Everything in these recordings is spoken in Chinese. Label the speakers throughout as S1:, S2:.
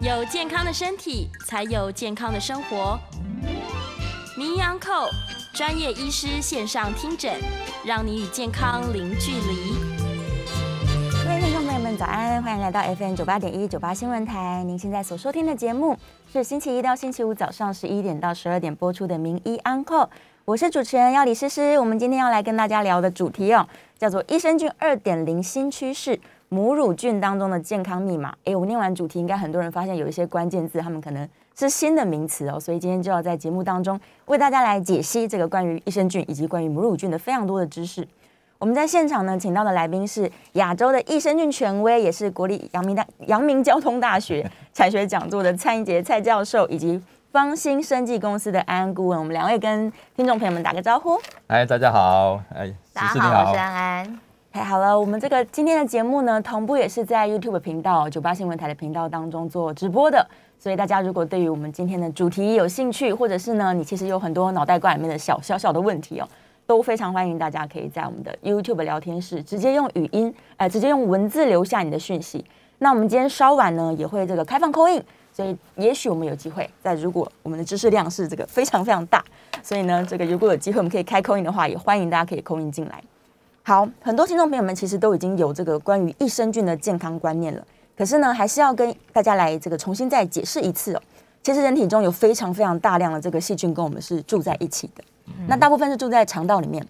S1: 有健康的身体，才有健康的生活。名医安扣专业医师线上听诊，让你与健康零距离。
S2: 各位听众朋友们，早安！欢迎来到 FM 九八点一九八新闻台。您现在所收听的节目是星期一到星期五早上十一点到十二点播出的《名医安扣》，我是主持人要李诗诗。我们今天要来跟大家聊的主题哦，叫做“益生菌二点零新趋势”。母乳菌当中的健康密码，诶，我念完主题，应该很多人发现有一些关键字，他们可能是新的名词哦，所以今天就要在节目当中为大家来解析这个关于益生菌以及关于母乳菌的非常多的知识。我们在现场呢，请到的来宾是亚洲的益生菌权威，也是国立阳明大阳明交通大学产学讲座的蔡英杰蔡教授，以及方兴生技公司的安安顾问。我们两位跟听众朋友们打个招呼。
S3: 哎，大家好，哎，
S4: 大
S3: 思思
S4: 家
S3: 你
S4: 好，我
S3: 好
S4: 是，安安。
S2: 太好了，我们这个今天的节目呢，同步也是在 YouTube 频道九八新闻台的频道当中做直播的。所以大家如果对于我们今天的主题有兴趣，或者是呢，你其实有很多脑袋瓜里面的小小小的问题哦，都非常欢迎大家可以在我们的 YouTube 聊天室直接用语音，呃，直接用文字留下你的讯息。那我们今天稍晚呢，也会这个开放扣印，所以也许我们有机会，在如果我们的知识量是这个非常非常大，所以呢，这个如果有机会我们可以开扣印的话，也欢迎大家可以扣印进来。好，很多听众朋友们其实都已经有这个关于益生菌的健康观念了，可是呢，还是要跟大家来这个重新再解释一次哦。其实人体中有非常非常大量的这个细菌跟我们是住在一起的，那大部分是住在肠道里面。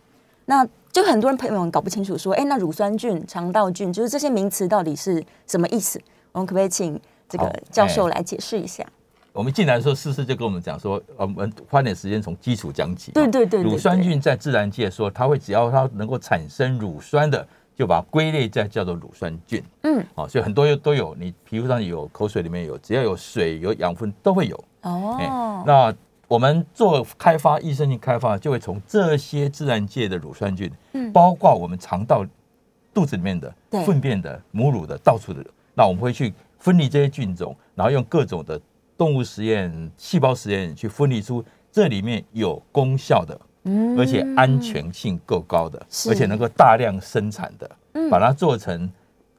S2: 那就很多人朋友们搞不清楚说，哎，那乳酸菌、肠道菌，就是这些名词到底是什么意思？我们可不可以请这
S3: 好
S2: 个教授
S3: 哎
S2: 来解释一下？
S3: 我们进来的时候，思思就跟我们讲说，呃我们花点时间从基础讲起。
S2: 对对对对对
S3: 乳酸菌在自然界说，它会只要它能够产生乳酸的，就把它归类在叫做乳酸菌。
S2: 嗯，
S3: 哦，所以很多都有，你皮肤上有，口水里面有，只要有水有养分都会有。哎
S2: 哦，
S3: 那我们做开发益生菌开发，就会从这些自然界的乳酸菌，
S2: 嗯
S3: 包括我们肠道、肚子里面的
S2: 对、
S3: 粪便的、母乳的，到处的，那我们会去分离这些菌种，然后用各种的动物实验、细胞实验去分离出这里面有功效的，
S2: 嗯
S3: 而且安全性够高的，
S2: 是
S3: 而且能够大量生产的，
S2: 嗯
S3: 把它做成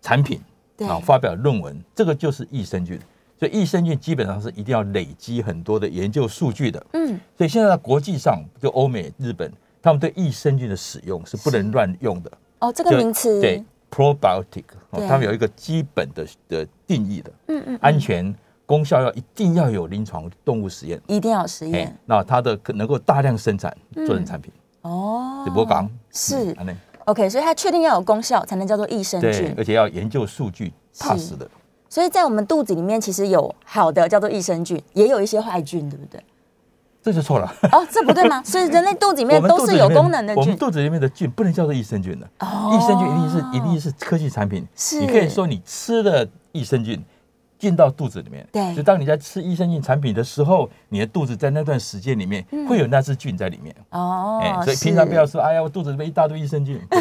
S3: 产品，
S2: 对
S3: 啊，发表论文，这个就是益生菌。所以益生菌基本上是一定要累积很多的研究数据的。
S2: 嗯，
S3: 所以现在国际上，就欧美、日本，他们对益生菌的使用是不能乱用的。
S2: 哦，这
S3: 就
S2: 个名词，
S3: 对 probiotic，、哦
S2: 对、
S3: 他们有一个基本的的定义的，
S2: 嗯嗯，
S3: 安全功效要一定要有临床动物实验。
S2: 一定要有实验
S3: 哎，那它的可能够大量生产做成产品，
S2: 哦。
S3: 只不过讲
S2: 嗯是
S3: 嗯安内
S2: OK，所以它确定要有功效才能叫做益生
S3: 对
S2: 菌，。
S3: 而且要研究数据踏实的。
S2: 所以在我们肚子里面，其实有好的叫做益生菌，也有一些坏菌，对不 对？
S3: 这就错了，
S2: 哦，这不对吗？所以人类肚子里面
S3: 我们
S2: 都
S3: 肚子
S2: 是
S3: 里
S2: 有
S3: 面
S2: 功能的
S3: 我们
S2: 菌。
S3: 肚子里面的菌不能叫做益生菌的，
S2: 哦
S3: 益生菌一定是一定是科技产品。
S2: 是
S3: 你可以说你吃了益生菌进到肚子里面，
S2: 对
S3: 就当你在吃益生菌产品的时候，你的肚子在那段时间里面会有那只菌在里面。
S2: 嗯哦
S3: 哎，所以
S2: 是
S3: 平
S2: 哦
S3: 常不要说，哎呀，我肚子里面一大堆益 生菌，不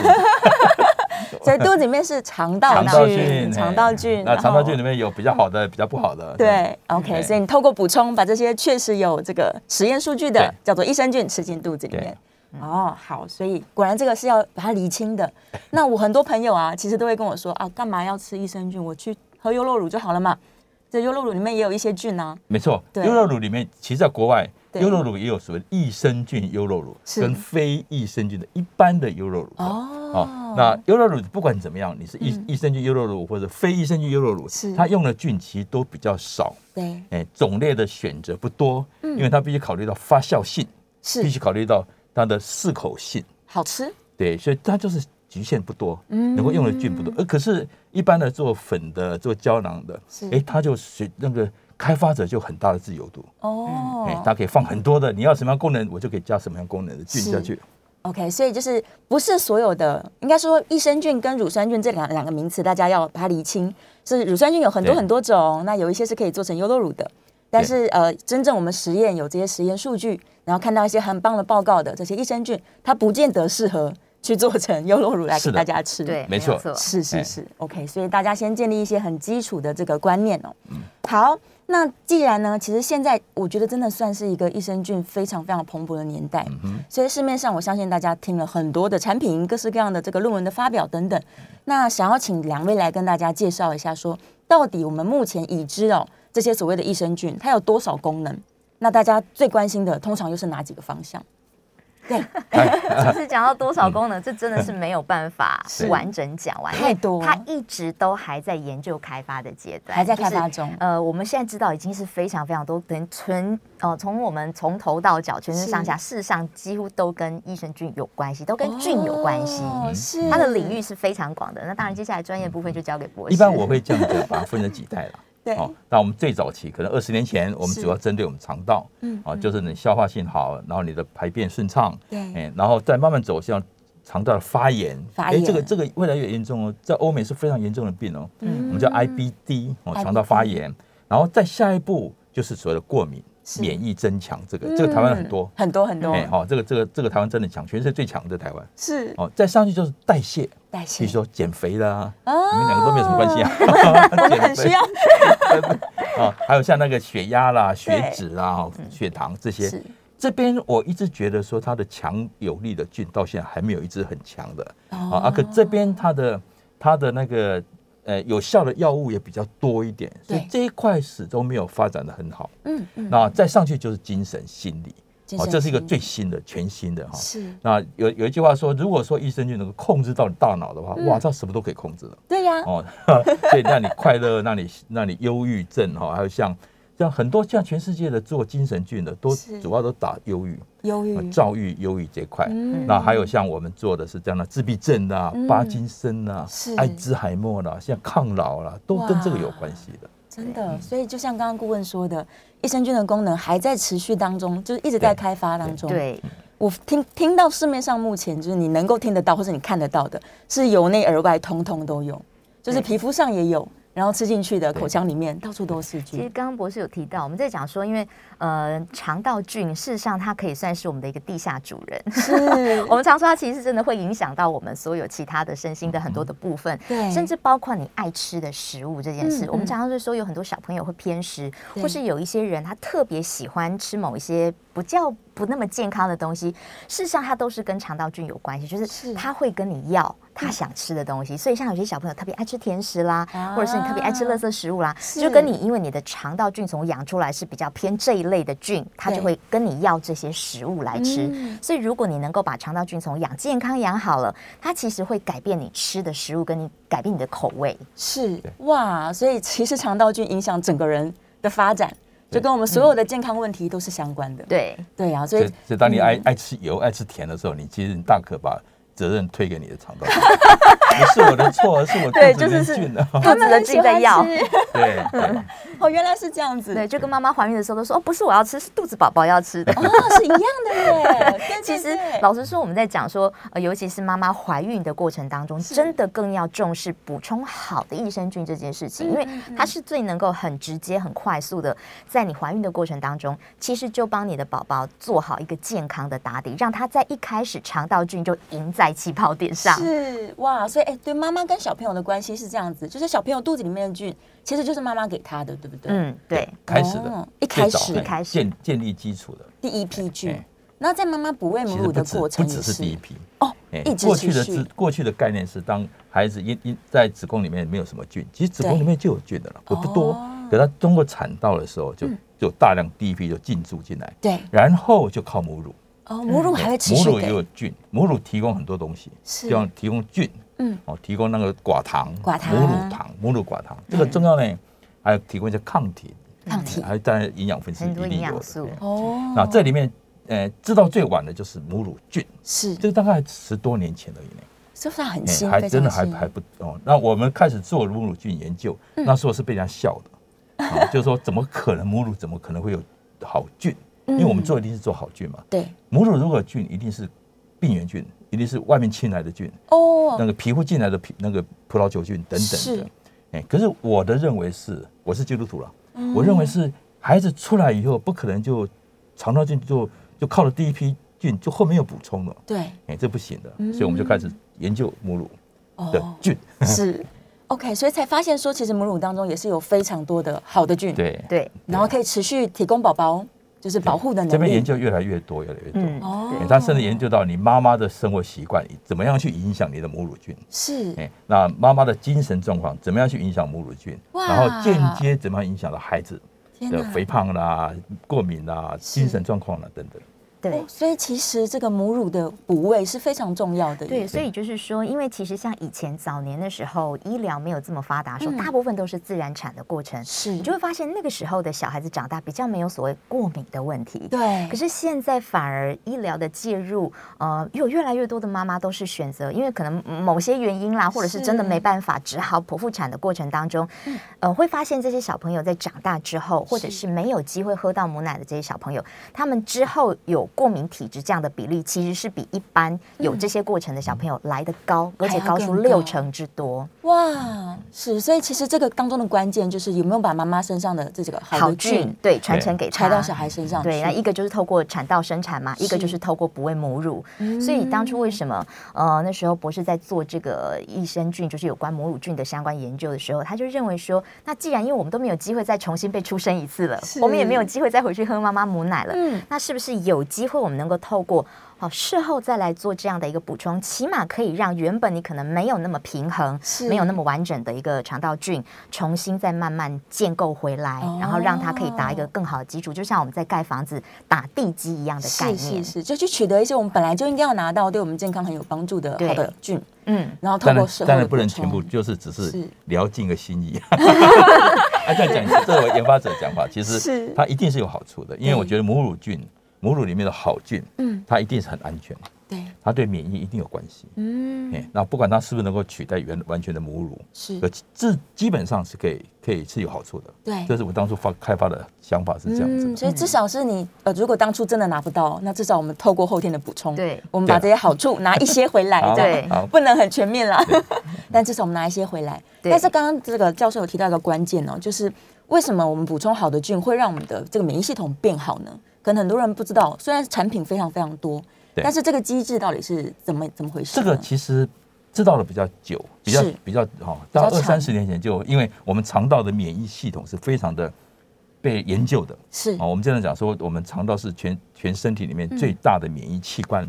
S2: 所以肚子里面是肠道
S3: 肠道
S2: 菌、
S3: 菌，
S2: 肠道
S3: 哎
S2: 菌，
S3: 那
S2: 然
S3: 肠道菌
S2: 后
S3: 里面有比较好的，比较不好的。
S2: 对，OK，
S3: 哎
S2: 所以你透过补充，把这些确实有这个实验数据的
S3: 对
S2: 叫做益生菌吃进肚子里面。哦，好，所以果然这个是要把它厘清的。那我很多朋友啊，其实都会跟我说啊，干嘛要吃益生菌？我去喝优酪乳就好了嘛。这优酪乳里面也有一些菌啊，
S3: 没错，
S2: 对
S3: 优酪乳里面，其实在国外，
S2: 对
S3: 优酪乳也有所谓益生菌优酪乳
S2: 是
S3: 跟非益生菌的一般的优酪乳。
S2: 哦嗯
S3: 那优酪乳不管怎么样，你是益益生菌优酪乳或者非益生菌优酪乳
S2: 是，
S3: 它用的菌其实都比较少，
S2: 对，
S3: 哎，种类的选择不多，因为它必须考虑到发酵性，必
S2: 嗯是
S3: 须考虑到它的适口性，
S2: 好吃，
S3: 对，所以它就是局限不多，
S2: 嗯
S3: 能够用的菌不多。呃，可是，一般的做粉的、做胶囊的
S2: 是，
S3: 哎，它就是那个开发者就很大的自由度。哎、
S2: 哦。
S3: 它可以放很多的，你要什么样功能，我就可以加什么样功能的菌
S2: 是
S3: 下去。
S2: OK，所以就是不是所有的，应该说益生菌跟乳酸菌这两两个名词，大家要把它厘清。是乳酸菌有很多
S3: 对
S2: 很多种，那有一些是可以做成优酪乳的，但是呃，真正我们实验有这些实验数据，然后看到一些很棒的报告的这些益生菌，它不见得适合去做成优酪乳来给
S3: 是的
S2: 大家吃。
S4: 对，
S3: 没
S4: 没
S3: 错
S4: 有错。
S2: 是是
S3: 哎
S2: 是、o k 所以大家先建立一些很基础的这个观念哦。好，那既然呢，其实现在我觉得真的算是一个益生菌非常非常蓬勃的年代，所以市面上我相信大家听了很多的产品，各式各样的这个论文的发表等等。那想要请两位来跟大家介绍一下说到底我们目前已知哦。这些所谓的益生菌，它有多少功能？那大家最关心的，通常又是哪几个方向？对，
S4: 就 是讲到多少功能，这真的是没有办法
S3: 是
S4: 完整讲完，因
S2: 嗯太
S4: 为
S2: 多
S4: 它一直都还在研究开发的阶段，
S2: 还在
S4: 就是
S2: 开发中
S4: 呃，我们现在知道已经是非常非常多，可能全呃从我们从头到脚，全身
S2: 是
S4: 上下，事实上几乎都跟益生菌有关系，都跟菌有关系。
S2: 哦是
S4: 它的领域是非常广的，那当然，接下来专业部分就交给博士。
S3: 一般我会这样子把它分成几代啦。
S2: 对
S3: 哦，那我们最早期可能二十年前，我们主要针对我们肠道，
S2: 嗯
S3: 啊，就是你消化性好，然后你的排便顺畅，
S2: 对
S3: 哎，然后再慢慢走向肠道的发炎，
S2: 发
S3: 哎
S2: 炎
S3: 这个这个越来越严重哦，在欧美是非常严重的病哦，
S4: 嗯
S3: 我们叫 IBD 哦，
S2: IBD
S3: 肠道发炎，然后再下一步就是所谓的过敏、
S2: 是
S3: 免疫增强，这个这个台湾很多
S2: 嗯，很多很多，
S3: 哎，好，这个这个这个台湾真的强，全世界最强的台湾，
S2: 是
S3: 哦，再上去就是代谢，
S2: 代
S3: 比
S2: 谢
S3: 如，说减肥啦，
S2: 哦
S3: 你们两个都没有什么关系 啊，我
S2: 很需要
S3: 啊，还有像那个血压啦、血脂啦、哦血糖这些
S2: 嗯是，
S3: 这边我一直觉得说它的强有力的菌到现在还没有一支很强的
S2: 哦
S3: 啊，啊，可这边它的它的那个呃有效的药物也比较多一点，所以
S2: 对
S3: 这一块始终没有发展的很好。
S2: 嗯嗯，
S3: 那再上去就是精神心理，
S2: 精
S3: 哦，
S2: 神
S3: 这是一个
S2: 心理
S3: 最新的、全新的哈。
S2: 是
S3: 那有有一句话说，如果说益生菌能够控制到你大脑的
S2: 嗯
S3: 话，哇，它什么都可以控制了。
S2: 对呀，
S3: 哦，所以让你快乐，让你让你忧郁症哈、还有像像很多像全世界的做精神菌的，都
S2: 是
S3: 主要都打忧郁、
S2: 忧
S3: 呃
S2: 郁，
S3: 躁郁、忧郁这一块。
S2: 嗯
S3: 那还有像我们做的是这样的自闭症啊、
S2: 嗯
S3: 巴金森啊
S2: 是、
S3: 艾滋海默啦、像抗老啦、都跟这个有关系的。
S2: 真的，所以就像刚刚顾问说的，益生菌的功能还在持续当中，就是一直在
S3: 对
S2: 开发当中。，
S4: 对
S2: 我听听到市面上目前就是你能够听得到或者你看得到的，是由内而外通通都有，就是
S4: 对
S2: 皮肤上也有，然后吃进去的
S3: 对
S2: 口腔里面到处都是
S4: 其实
S2: 菌。
S4: 刚刚博士有提到，我们在讲说，因为呃，肠道菌事实上它可以算是我们的一个地下主人。
S2: 是
S4: 我们常说它其实真的会影响到我们所有其他的身心的很多的部分，
S2: 嗯对
S4: 甚至包括你爱吃的食物这件事。
S2: 嗯
S4: 我们
S2: 嗯
S4: 常常是说有很多小朋友会偏食，
S2: 对
S4: 或是有一些人他特别喜欢吃某一些不叫不那么健康的东西，事实上它都是跟肠道菌有关系，就是是他会跟你要。
S2: 嗯
S4: 他想吃的东西，所以像有些小朋友特别爱吃甜食啦，
S2: 啊
S4: 或者是你特别爱吃垃圾食物啦，
S2: 是
S4: 就跟你因为你的肠道菌从养出来是比较偏这一类的菌，它就
S2: 对
S4: 会跟你要这些食物来吃。
S2: 嗯
S4: 所以，如果你能够把肠道菌从养健康养好了，它其实会改变你吃的食物，跟你改变你的口味。
S2: 是
S3: 对
S2: 哇，所以其实肠道菌影响整个人的发展，就
S3: 对
S2: 跟我们所有的健康问题都是相关的。
S4: 对，
S2: 对啊，所
S3: 所
S2: 以
S3: 以，所以当你爱、
S2: 嗯
S3: 爱吃油、爱吃甜的时候，你其实你大可把责任推给你的肠道菌， 不是我的错，是我
S4: 对
S3: 肚子
S4: 就是
S3: 里
S4: 是
S3: 菌了。
S4: 肚子的菌在要。
S3: 对对。
S2: 哦，原来是这样子，
S4: 对，就跟妈妈怀孕的时候都说哦，不是我要吃，是肚子宝宝 要吃的。
S2: 哦，是一样的耶。对
S4: 其实
S2: 对对
S4: 老实说，我们在讲说，呃，尤其是妈妈怀孕的过程当中，真的更要重视补充好的益生菌这件事
S2: 嗯
S4: 情，因为它是最能够很直接、很快速的，在你怀孕的过程当中，其实就帮你的宝宝做好一个健康的打底，让他在一开始肠道菌就赢在起跑点上。
S2: 是哇，所以哎、对妈妈跟小朋友的关系是这样子，就是小朋友肚子里面的菌其实就是妈妈给他的，对不对？，
S4: 嗯，对，
S3: 开始
S2: 哦
S3: 的，
S2: 一开始
S3: 最早
S4: 一开始
S3: 建建立基础的，
S2: 第一批菌
S3: 哎。
S2: 然后在妈妈哺喂母
S3: 其
S2: 乳
S3: 实不
S2: 的
S3: 止
S2: 过
S3: 不
S2: 程
S3: 只
S2: 也
S3: 是第一批。
S2: 哦，
S3: 哎
S2: 一直
S3: 过去的
S2: 持续
S3: 知过去的概念是，当孩子因因在子宫里面没有什么菌，其实子宫里面就有菌的了，不不多
S2: 哦。嗯
S3: 可它通过产道的时候，就就大量第一批就进驻进来，
S2: 对
S3: 然后就靠母乳，
S2: 哦，母乳还会持
S3: 嗯母
S2: 续
S3: 乳也有
S2: 给
S3: 菌，母乳提供很多东西，
S2: 是
S3: 像提供菌，
S2: 嗯，
S3: 哦，提供那个寡糖，
S2: 寡糖
S3: 母乳糖，母乳寡糖，这个重要呢，还有提供一些抗体，
S2: 抗体
S3: 还有当然营养分析
S4: 很
S3: 一
S4: 多
S3: 定
S4: 营
S3: 有
S4: 养
S3: 的
S4: 素
S3: 哎。
S2: 哦，
S3: 那这里面，呃，知道最晚的就是母乳菌，
S2: 是
S3: 这个大概十多年前而已呢，
S2: 是不是很
S3: 哎
S2: 新？
S3: 还
S2: 非
S3: 真的还
S2: 常新
S3: 还不哦。那我们开始做母乳菌研究，那时候是被人家笑的，啊，
S2: 嗯
S3: 就是说怎么可能母乳怎么可能会有好菌？
S2: 嗯
S3: 因为我们做一定是做好菌嘛，
S2: 对
S3: 母乳如果有菌一定是病原菌，一定是外面侵来的菌，那
S2: 哦，
S3: 个皮肤进来的皮那个葡萄球菌等等
S2: 是
S3: 的。哎，可是我的认为是，我是基督徒了，
S2: 嗯
S3: 我认为是孩子出来以后不可能就肠道菌就就靠了第一批菌就后面又补充了，
S2: 对
S3: 哎，这不行的，所以我们就开始研究母乳的
S2: 哦，
S3: 菌。
S2: 是 OK，所以才发现说，其实母乳当中也是有非常多的好的菌，，
S3: 对
S4: 对，
S2: 然后可以持续提供宝宝就是保护的能力。
S3: 这边研究越来越多，越来越多。
S4: 嗯
S2: 哦
S3: 哎，他甚至研究到你妈妈的生活习惯，怎么样去影响你的母乳菌。
S2: 是
S3: 哎，那妈妈的精神状况怎么样去影响母乳菌？
S2: 哇
S3: 然后间接怎么样影响到孩子
S2: 天
S3: 的肥胖啦、过敏啦、精神状况啦等等。
S4: 对
S2: 哦，所以其实这个母乳的补喂是非常重要的。
S4: 对，，所以就是说，因为其实像以前早年的时候，医疗没有这么发达的
S2: 嗯
S4: 时候，大部分都是自然产的过程，
S2: 是
S4: 你就会发现那个时候的小孩子长大比较没有所谓过敏的问题。
S2: 对，
S4: 可是现在反而医疗的介入，呃，有越来越多的妈妈都是选择，因为可能某些原因啦，或者是真的没办法，只好剖腹产的过程当中，
S2: 嗯
S4: 呃，会发现这些小朋友在长大之后，或者是没有机会喝到母奶的这些小朋友，他们之后有过敏体质这样的比例，其实是比一般有这些过程的小朋友来的高，而且
S2: 嗯还要
S4: 高出
S2: 更高
S4: 六成之多。
S2: 哇，是，所以其实这个当中的关键就是有没有把妈妈身上的这个好
S4: 好
S2: 的
S4: 菌
S2: 菌
S4: 对传承给
S2: 传
S4: 他
S2: 到小孩身上去。
S4: 对，那一个就是透过产道生产嘛，一个
S2: 是嗯
S4: 就是透过不喂母乳。所以当初为什么呃那时候博士在做这个益生菌，就是有关母乳菌的相关研究的时候，他就认为说，那既然因为我们都没有机会再重新被出生一次了，我们也没有机会再回去喝妈妈母奶了，
S2: 嗯
S4: 那是不是有机会我们能够透过好、事后再来做这样的一个补充，起码可以让原本你可能没有那么平衡
S2: 是、
S4: 没有那么完整的一个肠道菌，重新再慢慢建构回来，
S2: 哦
S4: 然后让它可以打一个更好的基础，就像我们在盖房子打地基一样的概
S2: 是
S4: 念
S2: 是。是，就去取得一些我们本来就应该要拿到、对我们健康很有帮助的
S4: 对
S2: 好的菌，
S4: 嗯，
S2: 然后透
S3: 当然
S2: 过事，后
S3: 当
S2: 的
S3: 然不能
S2: 补充
S3: 全部，就是只是
S2: 是
S3: 聊尽个心 意。啊，这样讲，这我研发者讲法，其
S2: 是
S3: 实它一定是有好处的，因为我觉得母乳菌，母乳里面的好菌，
S2: 嗯，
S3: 它一定是很安全，
S2: 对，
S3: 它对免疫一定有关系。
S2: 嗯，
S3: 哎，那不管它是不是能够取代原完全的母乳，
S2: 是
S3: 呃，这基本上是可以可以是有好处的。
S2: 对
S3: 这是我当初发开发的想法是这样子
S2: 嗯，
S3: 的。
S2: 所以至少是你呃，如果当初真的拿不到，那至少我们透过后天的补充，
S4: 对
S2: 我们把这些好处拿一些回来，
S3: 啊好
S2: 这样
S4: 对
S3: 好
S2: 不能很全面啦， 但至少我们拿一些回来。
S4: 对
S2: 但是刚刚这个教授有提到一个关键哦，就是为什么我们补充好的菌会让我们的这个免疫系统变好呢？可能很多人不知道，虽然产品非常非常多，
S3: 对
S2: 但是这个机制到底是怎么怎么回事
S3: 这
S2: 呢？
S3: 个其实知道的比较久，比较
S2: 是
S3: 比较哈、
S2: 比较
S3: 到二
S2: 长
S3: 三十年前就，因为我们肠道的免疫系统是非常的被研究的
S2: 是
S3: 啊、我们经常讲说，我们肠道是全全身体里面
S2: 嗯
S3: 最大的免疫器官，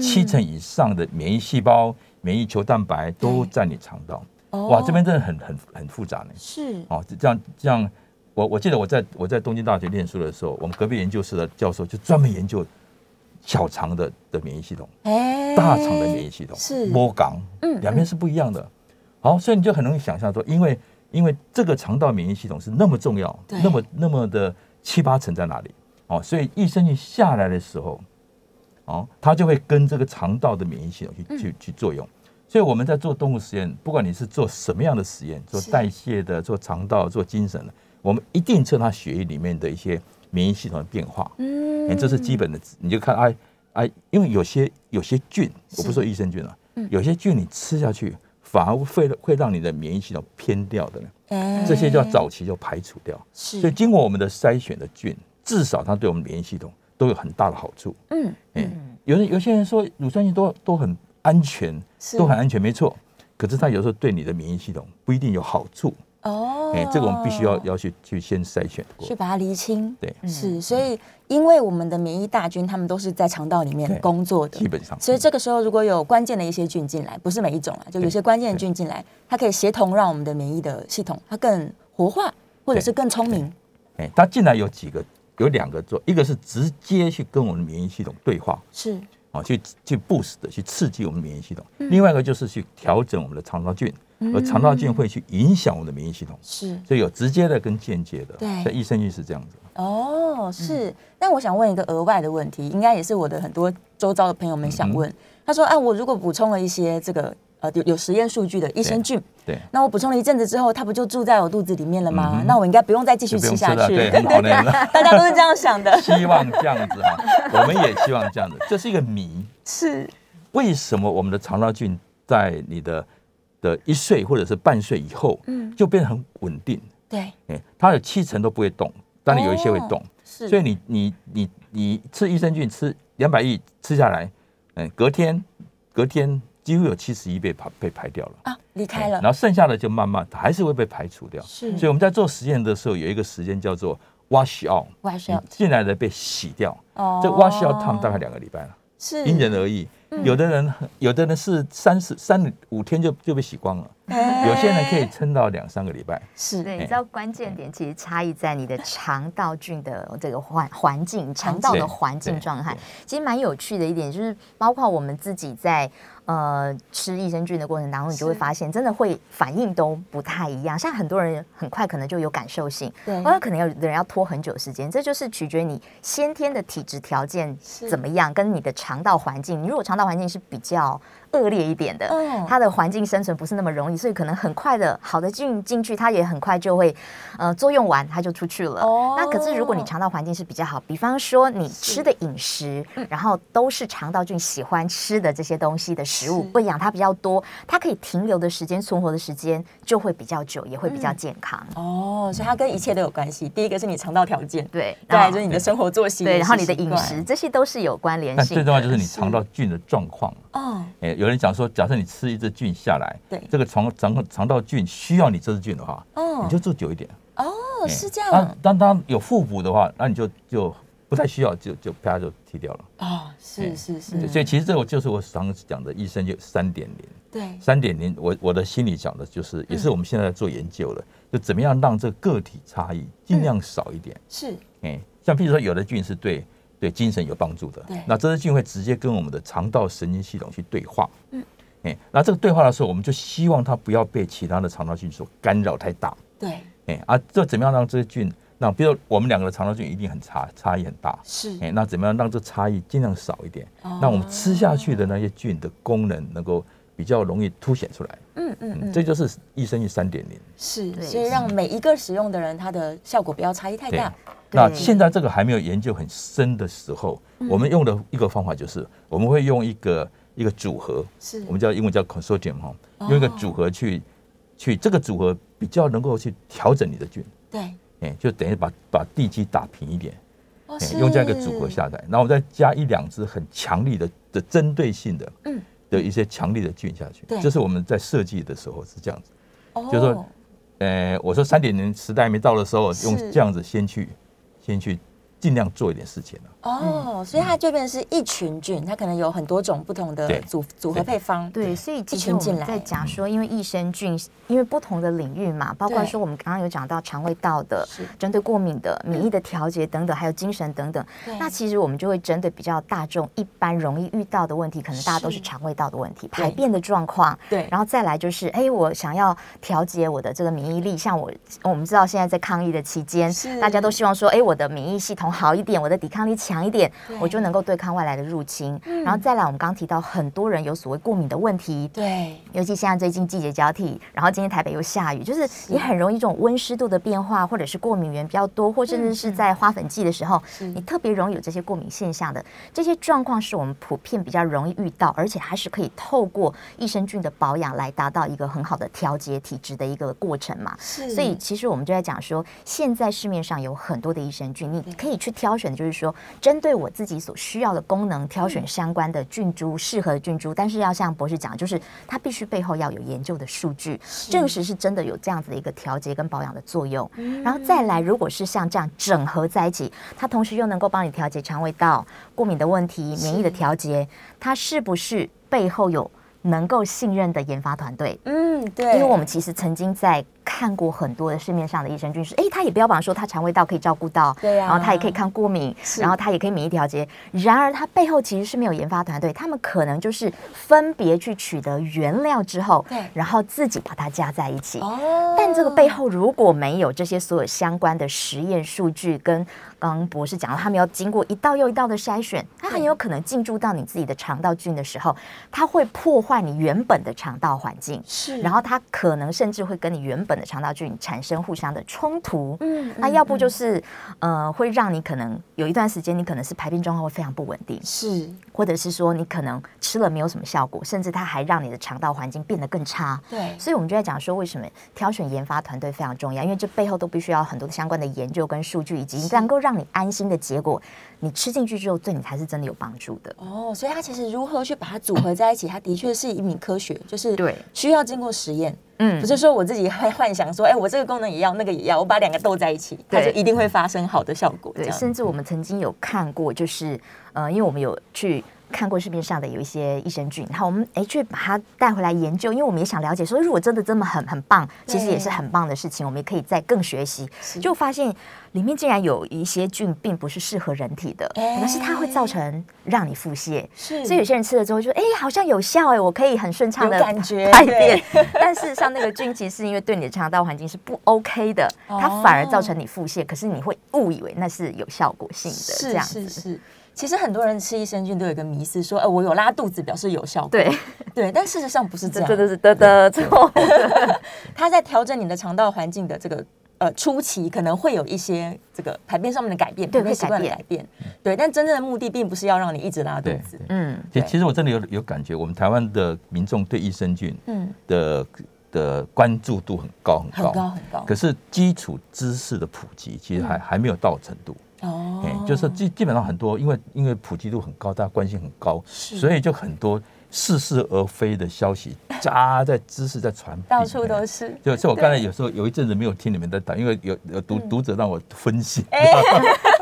S3: 七成以上的免疫细胞、免疫球蛋白都在你肠道。
S2: 哦
S3: 哇，这边真的很很很复杂呢。
S2: 是
S3: 哦，这样这样，我我记得我在我在东京大学念书的时候，我们隔壁研究室的教授就专门研究小肠的的免疫系统。
S2: 哎
S3: 大肠的免疫系统
S2: 是嗯
S3: 摸港，两边是不一样的。好，所以你就很容易想象说，因为因为这个肠道免疫系统是那么重要，
S2: 对
S3: 那么那么的七八成在哪里？哦，所以益生菌下来的时候，哦，它就会跟这个肠道的免疫系统去去去作用。所以我们在做动物实验，不管你是做什么样的实验，做
S2: 是
S3: 代谢的、做肠道、做精神的，我们一定测它血液里面的一些免疫系统的变化。嗯，这是基本的，你就看哎哎，因为有些有些菌，我不是说益生菌啊，有些菌你吃下去反而会会让你的免疫系统偏掉的呢，
S2: 哎
S3: 这些就要早期就排除掉。所以
S2: 是
S3: 经过我们的筛选的菌，至少它对我们免疫系统都有很大的好处。
S2: 嗯
S3: 哎，有人有些人说乳酸菌都都很安全，
S2: 是
S3: 都很安全，没错。可是它有时候对你的免疫系统不一定有好处，
S2: 哦
S3: 哎，这个我们必须要要去去先筛选过
S2: 去。把它厘清。
S3: 对，嗯
S2: 是，所以因为我们的免疫大军，他们都是在肠道里面
S3: 对
S2: 工作的
S3: 基，本上
S2: 所以这个时候如果有关键的一些菌进来，不是每一种啊，就有些关键的菌进来，它可以协同让我们的免疫的系统它更活化，或者是更聪明。
S3: 哎，它进来有几个，有两个做，一个是直接去跟我们的免疫系统对话，
S2: 是
S3: 啊，去去 boost 的去刺激我们的免疫系统；
S2: 嗯
S3: 另外一个就是去调整我们的肠道菌，而肠道菌会去影响我们的免疫系统，
S2: 是
S3: 所以有直接的跟间接的。
S2: 对
S3: 在益生菌是这样子。
S2: 哦，
S3: 嗯
S2: 是。那我想问一个额外的问题，应该也是我的很多周遭的朋友们想
S3: 嗯
S2: 问。他说：“啊，我如果补充了一些这个呃有有实验数据的益生菌，
S3: 对，
S2: 那我补充了一阵子之后，它不就住在我肚子里面了吗？
S3: 嗯哼
S2: 那我应该不用再继续
S3: 就不
S2: 吃
S3: 用吃
S2: 下
S3: 了，
S2: 去。
S3: 对，很好的。。
S2: 大家都是这样想的
S3: 希望这样子哈， 我们也希望这样子。这是一个谜，
S2: 是
S3: 为什么我们的肠道菌在你的的一岁或者是半岁以后，嗯，就变得很稳定？
S2: 对，
S3: 哎，它有七成都不会动，当然有一些会
S2: 哦
S3: 动。
S2: 是，
S3: 所以你你你你吃益生菌吃两百亿吃下来，嗯，隔天隔天几乎有七十亿被排被排掉了，
S2: 啊，离开了
S3: 然，后剩下的就慢慢还是会被排除掉。
S2: 是
S3: 所以我们在做实验的时候有一个时间叫做 wash out，
S2: Wash
S3: 你
S2: out
S3: 进来的被洗掉。
S2: 哦
S3: 这 wash out time 大概两个礼拜了，
S2: 是嗯
S3: 因人而异。有的人有的人是三十三五天就就被洗光了，
S2: 哎
S3: 有些人可以撑到两三个礼拜。
S2: 是
S4: 对，你
S3: 哎
S4: 知道关键点其实差异在你的肠道菌的这个环环境， 肠道的环境状态
S3: 对。
S4: 其实蛮有趣的一点就是，包括我们自己在呃吃益生菌的过程当中，你就会发现真的会反应都不太一样。像很多人很快可能就有感受性，
S2: 对
S3: 啊
S4: 或者哦可能有的人要拖很久时间，这就是取决于你先天的体质条件怎么样，跟你的肠道环境。你如果肠道环境是比较恶劣一点的，
S2: 嗯
S4: 它的环境生存不是那么容易，所以可能很快的好的菌进去，它也很快就会呃作用完，它就出去了。
S2: 哦
S4: 那可是如果你肠道环境是比较好，比方说你吃的饮食，
S2: 嗯
S4: 然后都是肠道菌喜欢吃的这些东西的食物
S2: 是，
S4: 喂养它比较多，它可以停留的时间、存活的时间就会比较久，也会比
S2: 嗯
S4: 较健康。
S2: 哦，所以它跟一切都有关系。第一个是你肠道条
S3: 啊
S2: 件，
S4: 对，
S2: 再
S4: 然
S2: 来
S4: 后
S2: 就是你的生活作息，
S4: 对，然后你的
S2: 习
S4: 饮
S2: 惯
S4: 食，这些都是有关联
S3: 但
S4: 性
S3: 最
S4: 的。
S3: 重要就是你肠道菌的状况。
S2: 哦，
S3: 哎，有人讲说，假设你吃一只菌下来，
S2: 对
S3: 这个肠肠肠道菌需要你这只菌的话，
S2: 哦
S3: 你就做久一点。
S2: 哦，
S3: 哎
S2: 是这样，
S3: 那当当有互补的话，那你就就不太需要，就就啪就踢掉了。
S2: 哦，是
S3: 哎
S2: 是是
S3: 对，所以其实这个就是我常常讲的，医生就三点零。
S2: 对，
S3: 三点零，我我的心里想的
S2: 嗯
S3: 就是，也是我们现在在做研究了，就怎么样让这个体差
S2: 嗯
S3: 异尽量少一点。
S2: 是
S3: 哎、像譬如说，有的菌是对对精神有帮助的
S2: 对，
S3: 那这些菌会直接跟我们的肠道神经系统去对话。嗯，哎、那这个对话的时候，我们就希望它不要被其他的肠道菌所干扰太大。
S2: 对，
S3: 哎、啊，这怎么样让这些菌？那比如我们两个的肠道菌一定很差，差异很大。
S2: 是哦
S3: 哎、那怎么样让这差异尽量少一点？那我们吃下去的那些菌的功能能够比较容易凸显出来。
S2: 嗯嗯
S3: 嗯，这就是益生菌三点零。
S2: 是，
S4: 对
S2: 所以让每一个使用的人，他的效果不要差异太
S3: 对
S2: 大。，
S3: 那
S4: 对
S3: 现在这个还没有研究很深的时候，
S2: 嗯
S3: 我们用的一个方法就是，我们会用一个一个组合，
S2: 是
S3: 我们叫英文叫 consortium 哈，
S2: 哦
S3: 用一个组合去去这个组合比较能够去调整你的菌，
S2: 对，
S3: 哎，就等于把把地基打平一点，
S2: 哦
S3: 哎用这样一个组合，下来，然后我再加一两只很强力的的针对性的，
S2: 嗯
S3: 的一些强力的菌下去
S2: 对，
S3: 这是我们在设计的时候是这样子。
S2: 就
S3: 就说呃，我说三点零时代还没到的时候，
S2: 是
S3: 用这样子先去先去尽量做一点事情啊。
S4: 嗯
S2: 哦，所以它就变成是一群菌，它可能有很多种不同的
S3: 对
S2: 组组合配方。
S4: 对，所以其实
S2: 群
S4: 我
S2: 进
S4: 们
S2: 来
S4: 在讲说，因为益生菌，因为不同的领域嘛，包括
S2: 对
S4: 说我们刚刚有讲到肠胃道的
S2: 是，
S4: 针对过敏的、免疫的调节等等，还有精神等等
S2: 对。
S4: 那其实我们就会针对比较大众、一般容易遇到的问题，可能大家都是
S2: 是
S4: 肠胃道的问题、排便的状况，
S2: 对
S4: 然后再来就是，哎，我想要调节我的这个免疫力，像我我们知道现在在抗疫的期间
S2: 是，
S4: 大家都希望说，哎，我的免疫系统好一点，我的抵抗力强一点
S2: 对，
S4: 我就能够对抗外来的入侵。然后再来，我们刚刚提到很多人有所谓过敏的问题，
S2: 对，
S4: 尤其现在最近季节交替，然后今天台北又下雨，就是也很容易这种温湿度的变化，或者是过敏源比较多，或甚至是在花粉季的时候，
S2: 嗯
S4: 你特别容易有这些过敏现象的。这些状况是我们普遍比较容易遇到，而且还是可以透过益生菌的保养来达到一个很好的调节体质的一个过程嘛。
S2: 是
S4: 所以其实我们就在讲说，现在市面上有很多的益生菌，你可以去挑选，就是说针对我自己所需要的功能，挑选相关的菌株，适合的菌株。但是要像博士讲，就是它必须背后要有研究的数据，证实是真的有这样子的一个调节跟保养的作用。然后再来，如果是像这样整合在一起，它同时又能够帮你调节肠胃道、过敏的问题、免疫的调节，它是不是背后有能够信任的研发团队？
S2: 嗯，对，
S4: 因为我们其实曾经在看过很多的市面上的益生菌是，哎，它也标榜说它肠胃道可以照顾到，
S2: 对呀
S4: 然后它也可以抗过敏，
S2: 是
S4: 然后它也可以免疫调节。然而它背后其实是没有研发团队，他们可能就是分别去取得原料之后
S2: 对，
S4: 然后自己把它加在一起。
S2: 哦，
S4: 但这个背后如果没有这些所有相关的实验数据，跟刚刚博士讲到，他们要经过一道又一道的筛选，它很有可能进驻到你自己的肠道菌的时候，它会破坏你原本的肠道环境。
S2: 是，
S4: 然后它可能甚至会跟你原本的肠道菌产生互相的冲突。
S2: 嗯
S4: 那要不就是，呃，会让你可能有一段时间，你可能是排便状况会非常不稳定，
S2: 是
S4: 或者是说你可能吃了没有什么效果，甚至它还让你的肠道环境变得更差。
S2: 对，
S4: 所以我们就在讲说，为什么挑选研发团队非常重要，因为这背后都必须要很多相关的研究跟数据，以及能够让你安心的结果，你吃进去之后对你才是真的有帮助的。
S2: 哦，所以它其实如何去把它组合在一起，它的确是一名科学，就是
S4: 对
S2: 需要经过实验，
S4: 嗯
S2: 不是说我自己会幻想说，哎，我这个功能也要，那个也要，我把两个斗在一起，它就
S4: 对
S2: 一定会发生好的效果。这
S4: 对，
S2: 样嗯
S4: 甚至我们曾经有看过，就是呃，因为我们有去。看过市面上的有一些益生菌，然后我们哎去把它带回来研究，因为我们也想了解说，如果真的这么很很棒，其实也是很棒的事情，我们也可以再更学习。就发现里面竟然有一些菌并不是适合人体的，
S2: 哎
S4: 可能是它会造成让你腹泻，
S2: 是
S4: 所以有些人吃了之后就哎、好像有效哎、我可以很顺畅的
S2: 有感觉
S4: 排便， 但事实上那个菌其实是因为对你的肠道环境是不 OK 的，它反而造成你腹泻，可是你会误以为那是有效果性的这
S2: 是
S4: 样
S2: 是
S4: 子。
S2: 是。其实很多人吃益生菌都有一个迷思，说，呃，我有拉肚子表示有效果。
S4: 对，
S2: 对，但事实上不是这
S4: 这这
S2: 样。
S4: 都是的的错。
S2: 它在调整你的肠道环境的这个呃初期，可能会有一些这个排便上面的改变，
S4: 对
S2: 排便习惯的
S4: 会改
S2: 改变。对，但真正的目的并不是要让你一直拉肚
S3: 对
S2: 子。
S4: 嗯，
S3: 其
S2: 对
S3: 其实我真的有有感觉，我们台湾的民众对益生菌
S2: 嗯，
S3: 的的关注度很高
S2: 很
S3: 很高，
S2: 高很高。
S3: 可是基础知识的普及其实还、还没有到程度，
S2: 哦
S3: 哎、就是基基本上很多因为因为普及度很高，大家关心很高，所以就很多似是而非的消息扎在知识在传递，
S2: 到处都
S3: 哎
S2: 是。
S3: 就所以我刚才有时候有一阵子没有听你们在打，因为有有
S4: 嗯
S3: 读读者让我分析，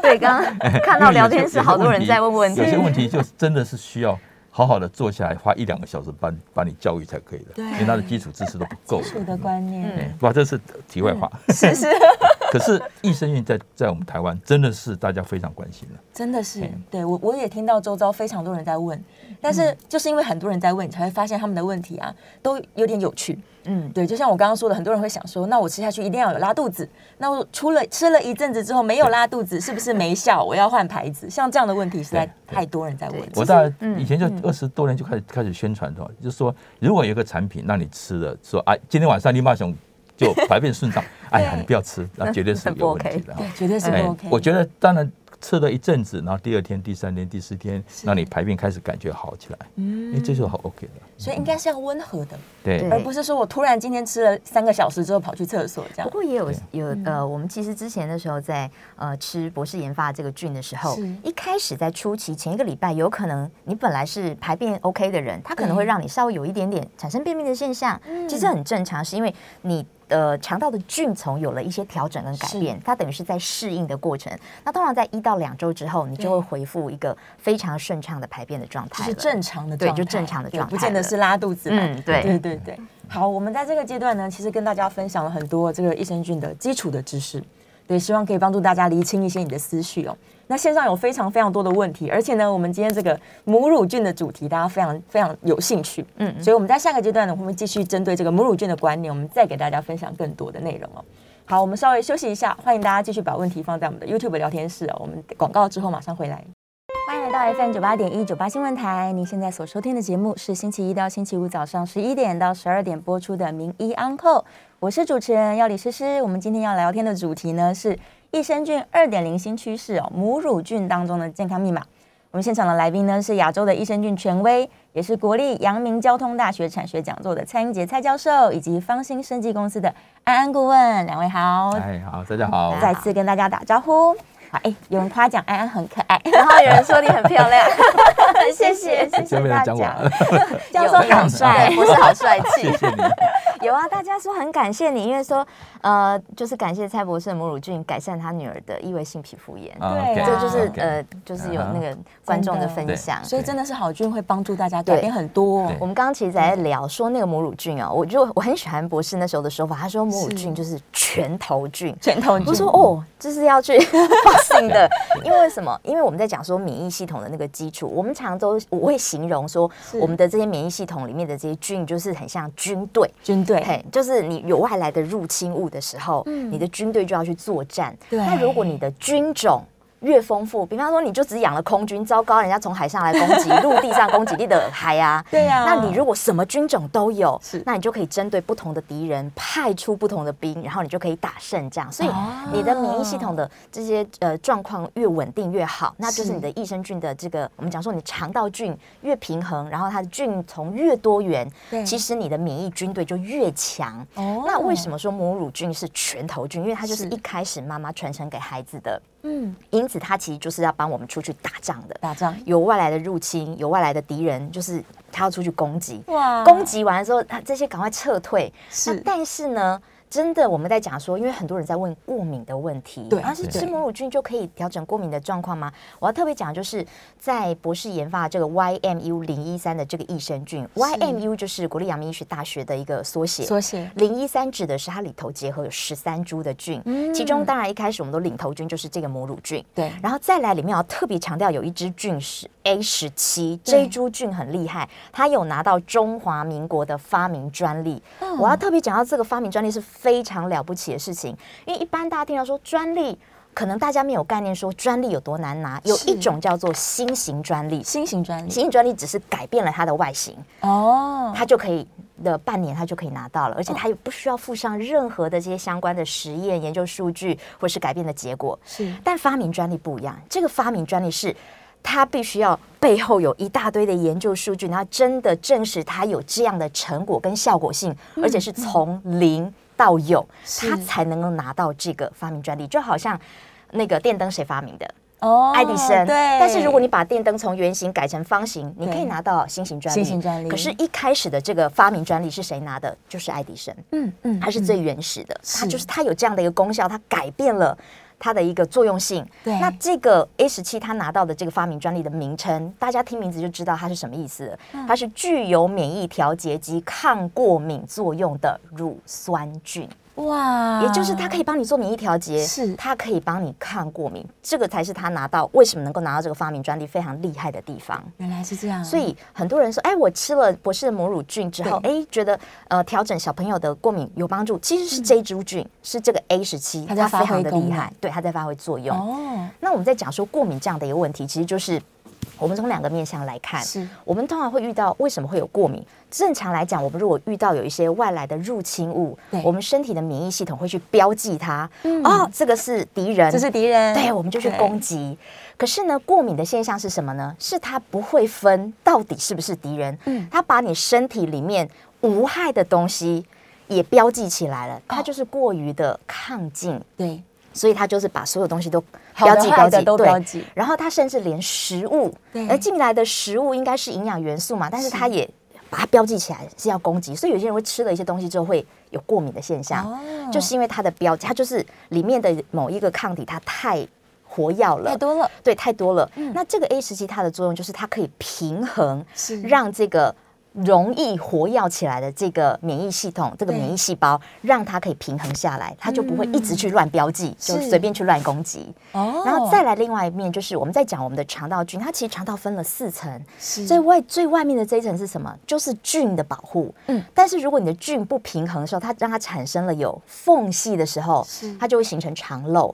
S4: 对，刚刚哎看到 聊天室好多人在问问题
S3: 有，些问题就真的是需要好好的坐下来，花一两个小时把把你教育才可以的，因为他的基础知识都不够。
S2: 基础的观念，
S3: 哎，哇，这是题外话。
S4: 嗯
S2: 是是，
S3: 可是益生菌在在我们台湾真的是大家非常关心的，
S2: 真的是
S3: 嗯，
S2: 对我我也听到周遭非常多人在问，但是就是因为很多人在问，你才会发现他们的问题啊都有点有趣。
S4: 嗯，
S2: 对，就像我刚刚说的，很多人会想说，那我吃下去一定要有拉肚子，那我除了吃了一阵子之后没有拉肚子，是不是没效？我要换牌子？像这样的问题实在
S3: 对对
S2: 太多人在问
S4: 对。
S2: 其
S3: 我
S2: 实
S3: 大概
S4: 嗯
S3: 以前就二十多年就开始开始宣传的，就是说如果有一个产品让你吃了，说啊今天晚上你马上就排便顺畅，哎呀你不要吃，那绝对是有问题的。哈
S2: 对，绝对是
S3: 哎
S2: 不 OK。
S3: 我觉
S2: 得
S3: 得当然吃了一阵子，然后第二天、第三天、第四天，让你排便开始感觉好起来，嗯，哎，这就好 OK 了。
S2: 所以应该是要温和的，
S3: 对
S2: 而不是说我突然今天吃了三个小时之后跑去厕所这样
S4: 不。过也有有呃，我们其实之前的时候在呃吃博士研发这个菌的时候
S2: 是，
S4: 一开始在初期前一个礼拜，有可能你本来是排便 OK 的人，它可能会让你稍微有一点点产生便秘的现象，其实很正常，是因为你。呃，肠道的菌丛有了一些调整跟改
S2: 是
S4: 变，它等于是在适应的过程。那通常在一到两周之后，你就会恢复一个非常顺畅的排便的状
S2: 就
S4: 态
S2: 是
S4: 了。
S2: 正常的
S4: 对
S2: 状态，
S4: 就正常的
S2: 对
S4: 状
S2: 不
S4: 态
S2: 见得
S4: 了
S2: 是拉肚子嘛。
S4: 嗯对
S2: 对对对。好，我们在这个阶段呢，其实跟大家分享了很多这个益生菌的基础的知识，对，希望可以帮助大家厘清一些你的思绪哦。那线上有非常非常多的问题，而且呢，我们今天这个母乳菌的主题，大家非常非常有兴趣，
S4: 嗯
S2: 嗯，所以我们在下个阶段呢，我们会继续针对这个母乳菌的观念，我们再给大家分享更多的内容哦。好，我们稍微休息一下，欢迎大家继续把问题放在我们的 YouTube 聊天室哦。我们广告之后马上回来。欢迎来到 FM 九八点一九八新闻台，您现在所收听的节目是星期一到星期五早上十一点到十二点播出的《名医 Uncle》，我是主持人要李诗诗。我们今天要聊天的主题呢是益生菌二点零新趋势哦，母乳菌当中的健康密码。我们现场的来宾呢是亚洲的益生菌权威，也是国立阳明交通大学产学讲座的蔡英杰蔡教授，以及方兴生技公司的安安顾问，两位好，
S3: 哎，好，大家好。
S2: 再次跟大家打招呼。好，哎，有人夸奖安安很可爱。
S4: 然后有人说你很漂亮， 谢谢，谢
S3: 前
S4: 谢
S3: 面的
S4: 大
S3: 讲
S4: 家。
S3: 完，
S2: 教授好帅
S4: 对，不是好帅气
S3: 谢。谢你。
S4: 有啊，大家说很感谢你，因为说呃，就是感谢蔡博士的母乳菌改善他女儿的异位性皮肤炎。
S3: 啊
S2: 对啊
S3: ，OK，
S4: 这就是、
S3: OK 啊
S4: 呃，就是有那个观众的分享。
S2: 所以真的是好菌会帮助大家
S4: 对
S2: 改变很多、哦
S3: 对。
S4: 我们刚刚其实在聊说那个母乳菌哦，我就我很喜欢博士那时候的说法，他说母乳菌就是拳头菌。
S2: 拳头
S4: 我
S2: 菌
S4: 说哦，这是要去 boxing 的，因为什么？因为我们在讲说免疫系统的那个基础，我们常都我会形容说，我们的这些免疫系统里面的这些菌就是很像军队，
S2: 军队，
S4: 嘿，就是你有外来的入侵物的时候，你的军队就要去作战。
S2: 对
S4: 那如果你的军种越丰富，比方说你就只养了空军，糟糕，人家从海上来攻击，陆地上攻击你的海啊。
S2: 对呀、
S4: 那你如果什么军种都有
S2: 嗯是，
S4: 那你就可以针对不同的敌人派出不同的兵，然后你就可以打胜仗。所以你的免疫系统的这些呃状况越稳定越好，那就是
S2: 是
S4: 你的益生菌的这个我们讲说你肠道菌越平衡，然后它的菌从越多元
S2: 对，
S4: 其实你的免疫军队就越强。
S2: 哦
S4: 那为什么说母乳菌是拳头菌？因为它就是
S2: 是
S4: 一开始妈妈传承给孩子的嗯，因此它其实就是要帮我们出去打仗的。
S2: 打仗
S4: 有外来的入侵，有外来的敌人，就是他要出去攻击。
S2: 哇
S4: 攻击完了之后，啊这些赶快撤退。
S2: 是
S4: 那但是呢，真的我们在讲说，因为很多人在问过敏的问题，
S2: 对
S4: 啊，是
S2: 对
S4: 吃母乳菌就可以调整过敏的状况吗？我要特别讲，就是在博士研发这个 YMU 零一三的这个益生菌，YMU 就是国立阳明医学大学的一个缩写，
S2: 缩写
S4: 零一三指的是它里头结合有十三株的菌，
S2: 嗯
S4: 其中当然一开始我们的领头菌就是这个母乳菌，
S2: 对
S4: 然后再来里面要特别强调有一支菌是 A 十七，这一株菌很厉害，它有拿到中华民国的发明专利。我要特别讲到这个发明专利是非常了不起的事情，因为一般大家听到说专利。可能大家没有概念，说专利有多难拿。有一种叫做新型专利，
S2: 新型专利
S4: 新型专利只是改变了它的外形，
S2: 哦，
S4: 他就可以的半年，他就可以拿到了，而且他也不需要附上任何的这些相关的实验、研究数据或是改变的结果。
S2: 是
S4: 但发明专利不一样，这个发明专利是。它必须要背后有一大堆的研究数据，然后真的证实它有这样的成果跟效果性，
S2: 嗯
S4: 而且是从零到有，它才能够拿到这个发明专利。就好像那个电灯谁发明的？
S2: 哦，
S4: 爱迪生。
S2: 对，
S4: 但是如果你把电灯从圆形改成方形，你可以拿到新型专利。
S2: 新型专利
S4: 可是，一开始的这个发明专利是谁拿的？就是爱迪生。
S2: 嗯嗯
S4: 它是最原始的，它
S2: 是
S4: 就是它有这样的一个功效，它改变了。它的一个作用性，
S2: 对
S4: 那这个 A 十七它拿到的这个发明专利的名称，大家听名字就知道它是什么意思了。
S2: 嗯
S4: 它是具有免疫调节及抗过敏作用的乳酸菌。
S2: 哇，
S4: 也就是它可以帮你做免疫调节，
S2: 啊是
S4: 它可以帮你抗过敏，这个才是他拿到为什么能够拿到这个发明专利非常厉害的地方。
S2: 原来是这样，
S4: 所以很多人说，哎，我吃了博士的母乳菌之后，哎，觉得呃调整小朋友的过敏有帮助，其实是这一株菌，是这个 A 十七，
S2: 嗯它在发
S4: 非常
S2: 挥
S4: 的
S2: 功
S4: 厉
S2: 能
S4: 害，对，它在发挥作用。
S2: 哦，
S4: 那我们在讲说过敏这样的一个问题，其实就是我们从两个面向来看，
S2: 是
S4: 我们通常会遇到为什么会有过敏？正常来讲，我们如果遇到有一些外来的入侵物
S2: 对，嗯
S4: 我们身体的免疫系统会去标记它，哦，这个是敌人，
S2: 这是敌人，
S4: 对，我们就去攻
S2: 击，
S4: 击。可是呢，过敏的现象是什么呢？是它不会分到底是不是敌人，它把你身体里面无害的东西也标记起来了，它就是过于的亢进。
S2: 对，
S4: 所以他就是把所有东西都
S2: 好的
S4: 标记
S2: 坏
S4: 标
S2: 的
S4: 记
S2: 都
S4: 对
S2: 标记
S4: 然后他甚至连食物
S2: 对，
S4: 而进来的食物应该是营养元素嘛，但是他也把它标记起来是要攻击，所以有些人会吃了一些东西之后会有过敏的现象，
S2: 哦
S4: 就是因为它的标记，它就是里面的某一个抗体它太活药了，
S2: 太多了，
S4: 对，太多了。
S2: 嗯
S4: 那这个 A 十七它的作用就是它可以平衡
S2: 是，
S4: 让这个容易活跃起来的这个免疫系统，这个
S2: 对嗯
S4: 免疫细胞，让它可以平衡下来，它就不会一直去乱标记，就是随便去乱攻击。
S2: 哦，
S4: 然后再来另外一面，就是我们在讲我们的肠道菌，它其实肠道分了四层，
S2: 是
S4: 最外最外面的这一层是什么？就是菌的保护。
S2: 嗯
S4: 嗯，但是如果你的菌不平衡的时候，它让它产生了有缝隙的时候
S2: 是，
S4: 它就会形成肠漏。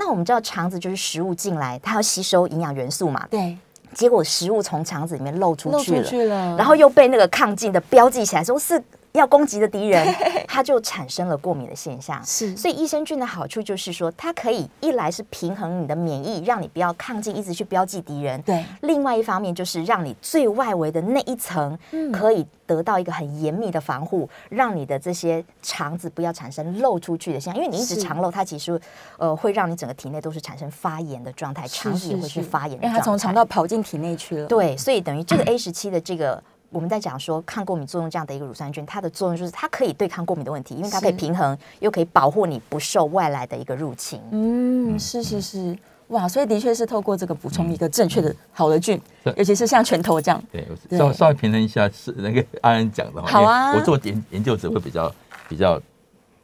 S4: 那我们知道肠子就是食物进来，它要吸收营养元素嘛，
S2: 对，
S4: 结果食物从肠子里面漏出
S2: 漏
S4: 去
S2: 出
S4: 了，
S2: 去了，
S4: 然后又被那个抗进的标记起来，说是要攻击的敌 人，它就产生了过敏的现象。
S2: 是
S4: 所以益生菌的好处就是说，它可以一来是平衡你的免疫，让你不要抗进，一直去标记敌人；
S2: 对，
S4: 另外一方面就是让你最外围的那一层
S2: 嗯
S4: 可以得到一个很严密的防护，让你的这些肠子不要产生漏出去的现象，因为你一直
S2: 是
S4: 肠漏，它其实呃会让你整个体内都是产生发炎的状态，肠子也会去发炎的
S2: 让
S4: 状态。
S2: 它从肠道跑进体内去了，
S4: 对，所以等于这个 A 十七的这个。我们在讲说抗过敏作用这样的一个乳酸菌，它的作用就是它可以对抗过敏的问题，因为它可以
S2: 是
S4: 平衡，又可以保护你不受外来的一个入 侵。
S2: 嗯，是是是，哇，所以的确是透过这个补
S3: 嗯
S2: 充一个正确的好的菌，
S3: 是
S2: 尤其是像拳头这样，
S3: 对，我
S2: 对
S3: 稍稍微平衡一下是那个安安讲的哈，
S2: 好啊
S3: 因为我做研研究者会比较比较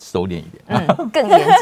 S3: 收敛一点。
S4: 嗯，更严谨。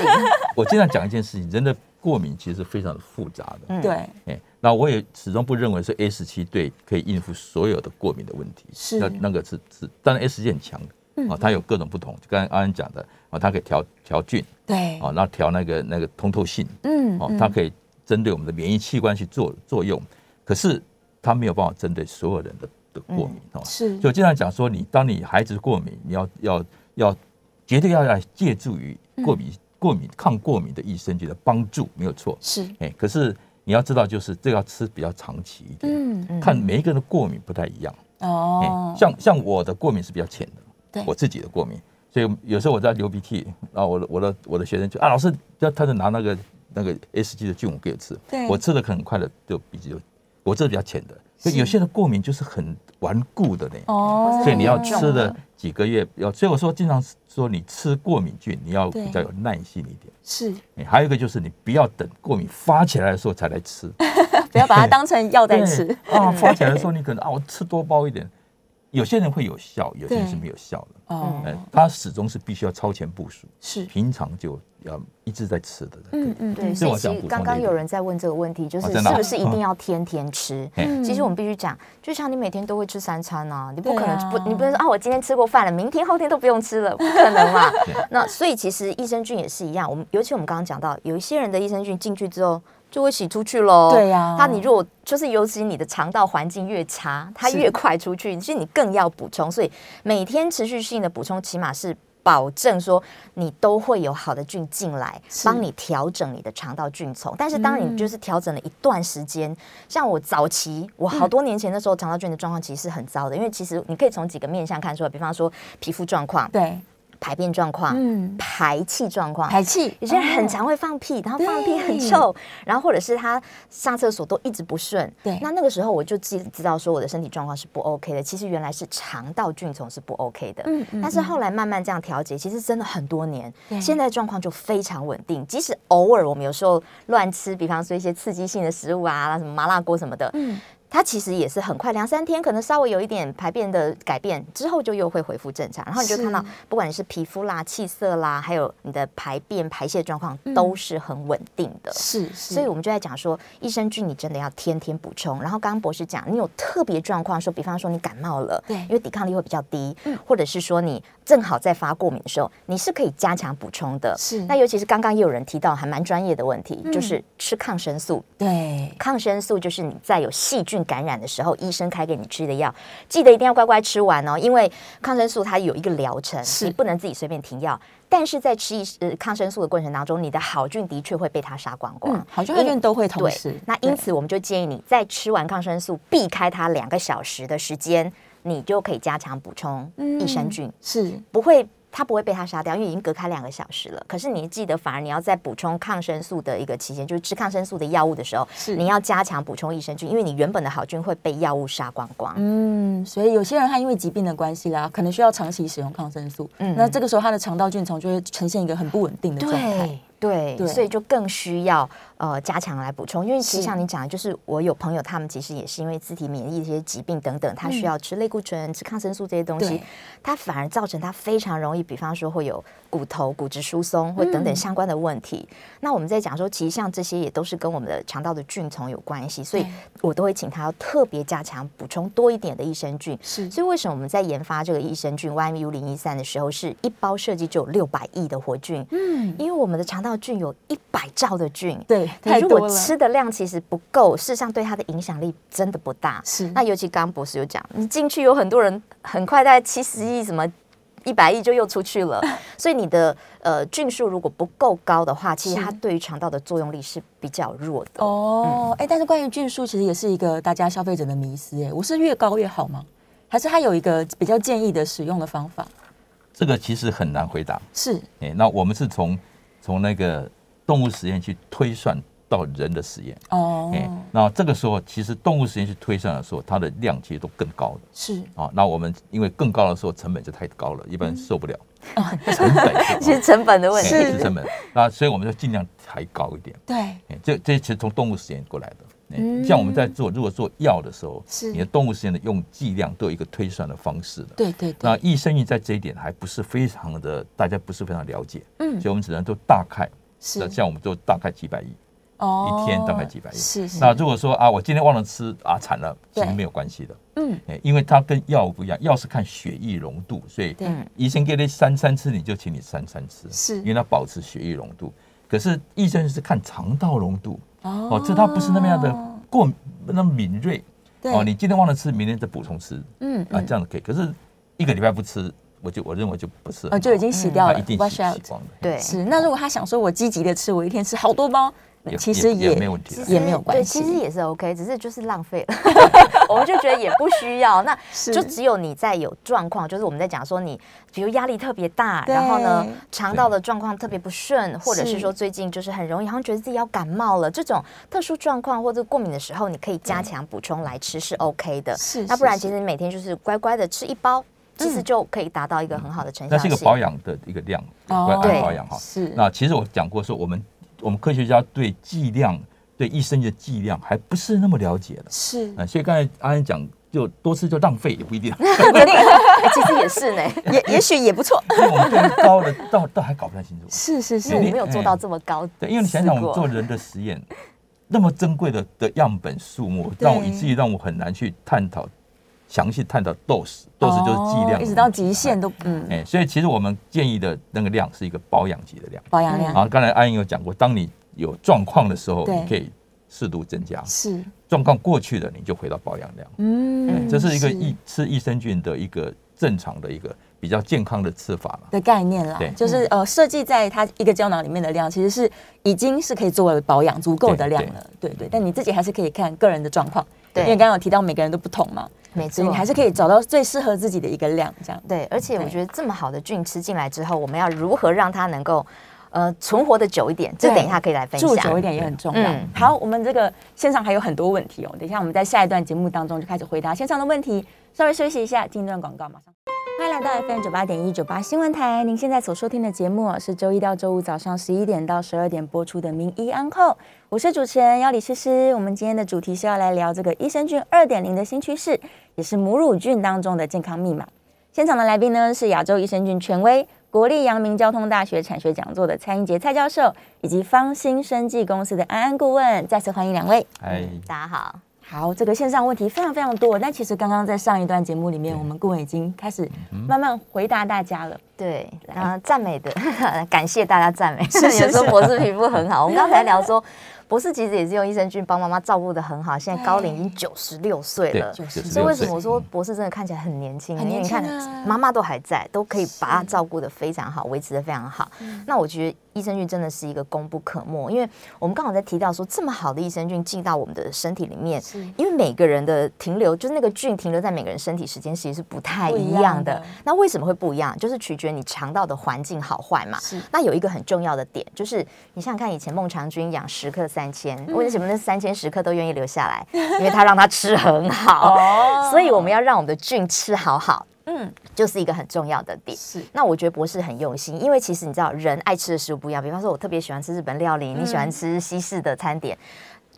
S3: 我经常讲一件事情，人的过敏其实是非常复杂的。
S4: 嗯
S2: 对，
S3: 哎，那我也始终不认为说 A 十七对可以应付所有的过敏的问题，
S2: 是嗯
S3: 那那个是是，当然 A 十七很强的，啊，它有各种不同，就刚才安安讲的，啊，它可以调调菌，
S2: 对，
S3: 啊，然后调那个那个通透性，
S2: 哎嗯
S3: 哦，它可以针对我们的免疫器官去做作用，可是它没有办法针对所有人的的过敏哦。
S2: 嗯是
S3: 所以我经常讲说，你当你孩子过敏，你要要要绝对要来借助于过
S2: 嗯
S3: 敏、过敏抗过敏的益生菌的帮助，没有错。
S2: 是，
S3: 哎，可是你要知道，就是这个要吃比较长期一点，
S2: 嗯
S4: 嗯
S3: 看每一个人的过敏不太一样。哎
S2: 哦，
S3: 像像我的过敏是比较浅
S2: 对
S3: 的，我自己的过敏，所以有时候我在流鼻涕，然后我的我的我的学生就啊，老师，要他就拿那个那个 S G 的菌我给我吃
S2: 对，
S3: 我吃的很快的就比较，我吃的比较浅的，所以有些人过敏就是很顽固的呢。
S2: 哦
S3: 所以你要
S4: 重
S3: 吃
S4: 了
S3: 了几个月，要所以我说经常说你吃过敏菌，你要
S2: 对
S3: 比较有耐心一点。
S2: 是
S3: 哎还有一个就是你不要等过敏发起来的时候才来吃，
S2: 不要把它当成药在
S3: 对
S2: 吃。
S3: 啊，发起来的时候你可能啊，我吃多包一点。有些人会有效，有些人
S2: 对
S3: 是没有效的。
S2: 哦，
S3: 哎，他始终是必须要超前部署，
S2: 是，
S3: 平常就要一直在吃的。
S2: 嗯嗯，
S4: 对，
S2: 对，
S4: 所以
S3: 我想
S4: 其
S3: 补充
S4: 实刚
S3: 这
S4: 刚
S3: 一
S4: 有
S3: 点
S4: 人在问这个问题，就是
S3: 真的
S4: 是
S3: 啊
S4: 不是一
S3: 嗯
S4: 定要天天吃？
S3: 嗯
S4: 其实我们必须讲，就像你每天都会吃三餐啊，你不
S2: 对
S4: 可能
S2: 啊
S4: 不，你不能说啊，我今天吃过饭了，明天后天都不用吃了，不可能嘛
S3: 对。
S4: 那所以其实益生菌也是一样，我们尤其我们刚刚讲到，有一些人的益生菌进去之后就会洗出去喽。
S2: 对呀
S4: 那你如果就是尤其你的肠道环境越差，它
S2: 是
S4: 越快出去，其实你更要补充，所以每天持续性的补充，起码是。保证说你都会有好的菌进来，
S2: 是嗯
S4: 帮你调整你的肠道菌丛。但是当你就是调整了一段时间，像我早期，我
S2: 嗯
S4: 好多年前那时候肠道菌的状况其实是很糟的，因为其实你可以从几个面向看出来，比方说皮肤状况、
S2: 对，
S4: 排便状况、
S2: 嗯，
S4: 排气状况。
S2: 排气，
S4: 啊有些人很
S2: 哦
S4: 常会放屁，然后放屁
S2: 对
S4: 很臭，然后或者是他上厕所都一直不顺。
S2: 对
S4: 那那个时候我就知知道说我的身体状况是不 OK 的，其实原来是肠道菌丛是不 OK 的。
S2: 嗯嗯
S4: 但是后来慢慢这样调节，其实真的很多年
S2: 对，
S4: 现在状况就非常稳定。即使偶尔我们有时候乱吃，比方说一些刺激性的食物啊，什么麻辣锅什么的，
S2: 嗯，
S4: 它其实也是很快，两三天可能稍微有一点排便的改变之后，就又会恢复正常。然后你就是看到，不管你是皮肤啦、气色啦，还有你的排便排泄状况，
S2: 嗯
S4: 都是很稳定的。
S2: 是是，
S4: 所以我们就在讲说，益生菌你真的要天天补充。然后刚刚博士讲，你有特别状况，说比方说你感冒了，
S2: 对嗯
S4: 因为抵抗力会比较低，或者是说你正好在发过敏的时候，你是可以加强补充的。
S2: 是嗯
S4: 那尤其是刚刚也有人提到还蛮专业的问题，就是吃抗生素。
S2: 对
S4: 抗生素就是你在有细菌感染的时候，医生开给你吃的药，记得一定要乖乖吃完哦，因为抗生素它有一个疗程，
S2: 是
S4: 你不能自己随便停药。但是在吃益呃抗生素的过程当中，你的好菌的确会被它杀光光。
S2: 嗯，好像人都会同
S4: 对
S2: 时，，
S4: 那因此我们就建议你在吃完抗生素，避开它两个小时的时间，你就可以加强补充益生菌。
S2: 是
S4: 不会，它不会被它杀掉，因为已经隔开两个小时了。可是你记得，反而你要在补充抗生素的一个期间，就是吃抗生素的药物的时候，
S2: 是
S4: 你要加强补充益生菌，因为你原本的好菌会被药物杀光光。
S2: 嗯，所以有些人他因为疾病的关系啦，可能需要长期使用抗生素，
S4: 嗯
S2: 那这个时候他的肠道菌丛就会呈现一个很不稳定的状态。
S4: 对对
S2: 对
S4: 所以就更需要呃加强来补充，因为其实
S2: 是
S4: 像你讲的，就是我有朋友他们其实也是因为自体免疫一些疾病等等，他需要吃类固醇、吃抗生素这些东西
S2: 对，
S4: 它反而造成他非常容易，比方说会有骨头骨质疏松或等等相关的问题。那我们在讲说，其实像这些也都是跟我们的肠道的菌丛有关系，所以我都会请他要特别加强补充多一点的益生菌。
S2: 是
S4: 所以为什么我们在研发这个益生菌 YMU 零一三的时候，是一包设计就有六百亿的活菌？嗯，因为我们的肠道菌有一百兆的菌，
S2: 对
S4: 你
S2: 太
S4: 如
S2: 多
S4: 果
S2: 了
S4: 吃的量其实不够，事实上对它的影响力真的不大。
S2: 是
S4: 那尤其刚刚博士有讲，你进去有很多人很快大概七十亿什么。一百亿就又出去 了，所以你的呃菌数如果不够高的话，其实
S2: 是
S4: 它对于肠道的作用力是比较弱的。
S2: 哦，哎、但是关于菌数其实也是一个大家消费者的迷思，哎，我是越高越好吗？还是他有一个比较建议的使用的方法？
S3: 这个其实很难回答。
S2: 是
S3: 哎，那我们是从从那个动物实验去推算到人的实验。
S2: 哦，
S3: 哎，那这个时候其实动物实验去推算的时候，它的量其实都更高的
S2: 是
S3: 啊。那我们因为更高的时候成本就太高了，一
S2: 嗯
S3: 般人受不了。
S2: 哦
S3: 成本
S4: 其实
S3: 是
S4: 成本的问
S3: 哎
S4: 题，
S3: 是成本，那所以我们就尽量抬高一点。
S2: 对，
S3: 哎这这其实从动物实验过来的。哎像我们在做如果做药的时候，
S2: 嗯是
S3: 你的动物实验的用剂量都有一个推算的方式的。
S2: 对对
S3: 那
S2: 对，
S3: 益生菌在这一点还不是非常的，大家不是非常了解，嗯，所以我们只能都大概，那
S2: 是
S3: 像我们都大概几百亿，
S2: 哦
S3: 一天大概几百亿。
S2: 是是，
S3: 那如果说啊，我今天忘了吃啊，惨了，其
S2: 对
S3: 实没有关系的，
S2: 嗯
S3: 哎，因为它跟药不一样，药是看血液浓度，所以
S2: 对
S3: 医生给你三三吃，你就请你三三吃，
S2: 是
S3: 因为它保持血液浓度。可是益生菌是看肠道浓度，
S2: 哦
S3: 哦，这它不是那么样的过那么敏锐，
S2: 对
S3: 哦，你今天忘了吃，明天再补充吃，
S2: 嗯
S3: 啊，这样子可以。可是一个礼拜不吃，我就我认为就不是很好，
S2: 呃就已经洗掉
S3: 它
S2: 了
S3: 嗯啊一定洗
S2: ，wash
S3: 洗
S2: out，
S3: 光的。
S4: 对，
S2: 是，那如果他想说我积极的吃，我一天吃好多包，
S3: 也
S2: 其实
S3: 也
S2: 也
S3: 也没问题
S4: 其
S3: 了
S4: 实
S2: 也没有关
S4: 对，
S2: 系。
S4: 其实也是 OK，只是就是浪费了。我们就觉得也不需要。那
S2: 是
S4: 就只有你在有状况，就是我们在讲说你，比如压力特别大，然后呢
S2: 对
S4: 肠道的状况特别不顺，或者
S2: 是
S4: 是说最近就是很容易好像觉得自己要感冒了，这种特殊状况或者过敏的时候，你可以加强补充来吃是 OK 的。
S2: 是
S4: 那不然
S2: 是嗯
S4: 其实你每天就是乖乖的吃一包，其实就可以达到一个很好的成效
S3: 嗯那
S4: 性。
S3: 是一个保养的一个量，
S2: 哦
S3: 观
S4: 对
S3: 保养哈。
S2: 是
S3: 那其实我讲过说，我们我们科学家对剂量、对益生菌的剂量还不是那么了解的。
S2: 是
S3: 嗯、所以刚才阿恩讲，就多吃就浪费也不一定，
S4: 真的，哎其实也是呢，也也许也 不错。
S3: 因为我们对于高的到到还搞不太清楚。
S2: 是是是
S4: 因为 我
S3: 你哎
S4: 没有做到这么高。
S3: 对，因为你想想，我们
S4: 试
S3: 做
S4: 过
S3: 人的实验，那么珍贵的的样本数目，
S2: 对
S3: 让我以至于让我很难去探讨详细探讨 dose，dose 就是剂
S2: 哦
S3: 量，
S2: 一直到极限。都嗯
S3: 哎、所以其实我们建议的那个量是一个保养级的量。
S2: 保养量
S3: 啊，刚才阿英有讲过，当你有状况的时候，
S2: 对
S3: 你可以适度增加；
S2: 是
S3: 状况过去了，你就回到保养量。
S2: 嗯，
S3: 哎这是一个益吃益生菌的一个正常的一个比较健康的吃法嘛。
S2: 的概念啦
S3: 对，
S2: 就是
S4: 嗯
S2: 呃设计在它一个胶囊里面的量，其实是已经是可以作为保养足够的量了，对对。但你自己还是可以看个人的状况，
S4: 对
S2: 因为刚刚有提到每个人都不同嘛，
S4: 没错，
S2: 所以你还是可以找到最适合自己的一个量，这样
S4: 对。而且我
S2: 对
S4: 觉得这么好的菌吃进来之后，我们要如何让它能够呃存活的久一点？这
S2: 对
S4: 等一下可以来分
S2: 住久
S4: 享
S2: 一。点也很重要
S4: 嗯。
S2: 好，我们这个线上还有很多问题哦，等一下我们在下一段节目当中就开始回答线上的问题，稍微休息一下，进一段广告，马上。欢迎来到 FM 九八点一九八新闻台，您现在所收听的节目哦是周一到周五早上十一点到十二点播出的《名医安扣》，我是主持人要李诗诗。我们今天的主题是要来聊这个益生菌二点零的新趋势，也是母乳菌当中的健康密码。现场的来宾呢是亚洲益生菌权威、国立阳明交通大学产学讲座的蔡英杰蔡教授，以及方兴生技公司的安安顾问。再次欢迎两位。
S3: 哎，
S4: 大家好，
S2: 好，这个线上问题非常非常多，但其实刚刚在上一段节目里面，我们顾问已经开始慢慢回答大家了。
S4: 对，那赞美的， 感谢大家赞美。有时候博士皮肤很好，我们刚才 聊说，博士其实也是用益生菌帮妈妈照顾的很好，现在高龄已经九十六岁
S3: 对
S4: 了，。
S3: 96
S4: 所以为什
S3: 岁
S4: 么我说博士真的看起来很年轻？
S2: 很年轻啊
S4: 因为你看妈妈都还在，都可以把她照顾的非常好，维持的非常好。那我觉得益生菌真的是一个功不可没，因为我们刚好在提到说，这么好的益生菌进到我们的身体里面，因为每个人的停留，就是那个菌停留在每个人身体时间其实是不太
S2: 不
S4: 一
S2: 一
S4: 样
S2: 样
S4: 的。
S2: 的
S4: 那为什么会不一样？就是取决你肠道的环境好坏嘛
S2: 是。
S4: 那有一个很重要的点，就是你想想看，以前孟尝君养十克 三千，为什么那三千十克都愿意留下来？因为他让他吃很好。
S2: 哦
S4: 所以我们要让我们的菌吃好好，
S2: 嗯
S4: 就是一个很重要的点。
S2: 是
S4: 那我觉得博士很用心，因为其实你知道，人爱吃的食物不一样。比方说，我特别喜欢吃日本料理，你喜欢吃西式的餐点，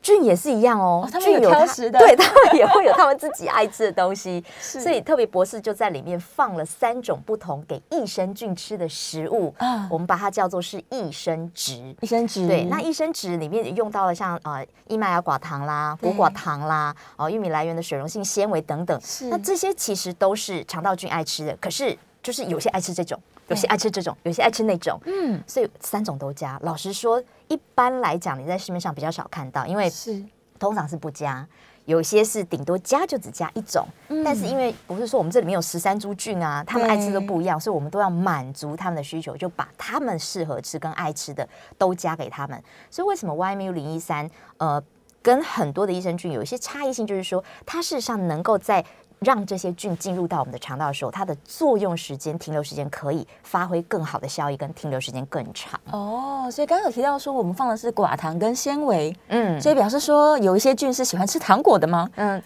S4: 菌也是一样哦。
S2: 嗯哦他们
S4: 菌
S2: 有挑食的
S4: 对他们也会有他们自己爱吃的东西。
S2: 是
S4: 所以特别博士就在里面放了三种不同给益生菌吃的食物，
S2: 啊
S4: 我们把它叫做是益生值。
S2: 益生值
S4: 对，那益生值里面也用到了像呃伊麦芽寡糖啦、
S2: 对
S4: 果寡糖啦、哦、玉米来源的水溶性纤维等等
S2: 是，
S4: 那这些其实都是肠道菌爱吃的，可是就是有些爱吃这种，有些
S2: 对
S4: 爱吃这种，有些爱吃那种，
S2: 嗯
S4: 所以三种都加。老实说，一般来讲你在市面上比较少看到，因为
S2: 是
S4: 通常是不加。有些是顶多加就只加一种，但是因为不是说我们这里面有十三株菌啊，他们爱吃都不一样，所以我们都要满足他们的需求，就把他们适合吃跟爱吃的都加给他们。所以为什么 YMU 零一三呃跟很多的益生菌有一些差异性，就是说它事实上能够在让这些菌进入到我们的肠道的时候，它的作用时间、停留时间可以发挥更好的效益，跟停留时间更长。
S2: 哦，所以刚刚有提到说我们放的是寡糖跟纤维，
S4: 嗯
S2: 所以表示说有一些菌是喜欢吃糖果的吗？
S4: 嗯，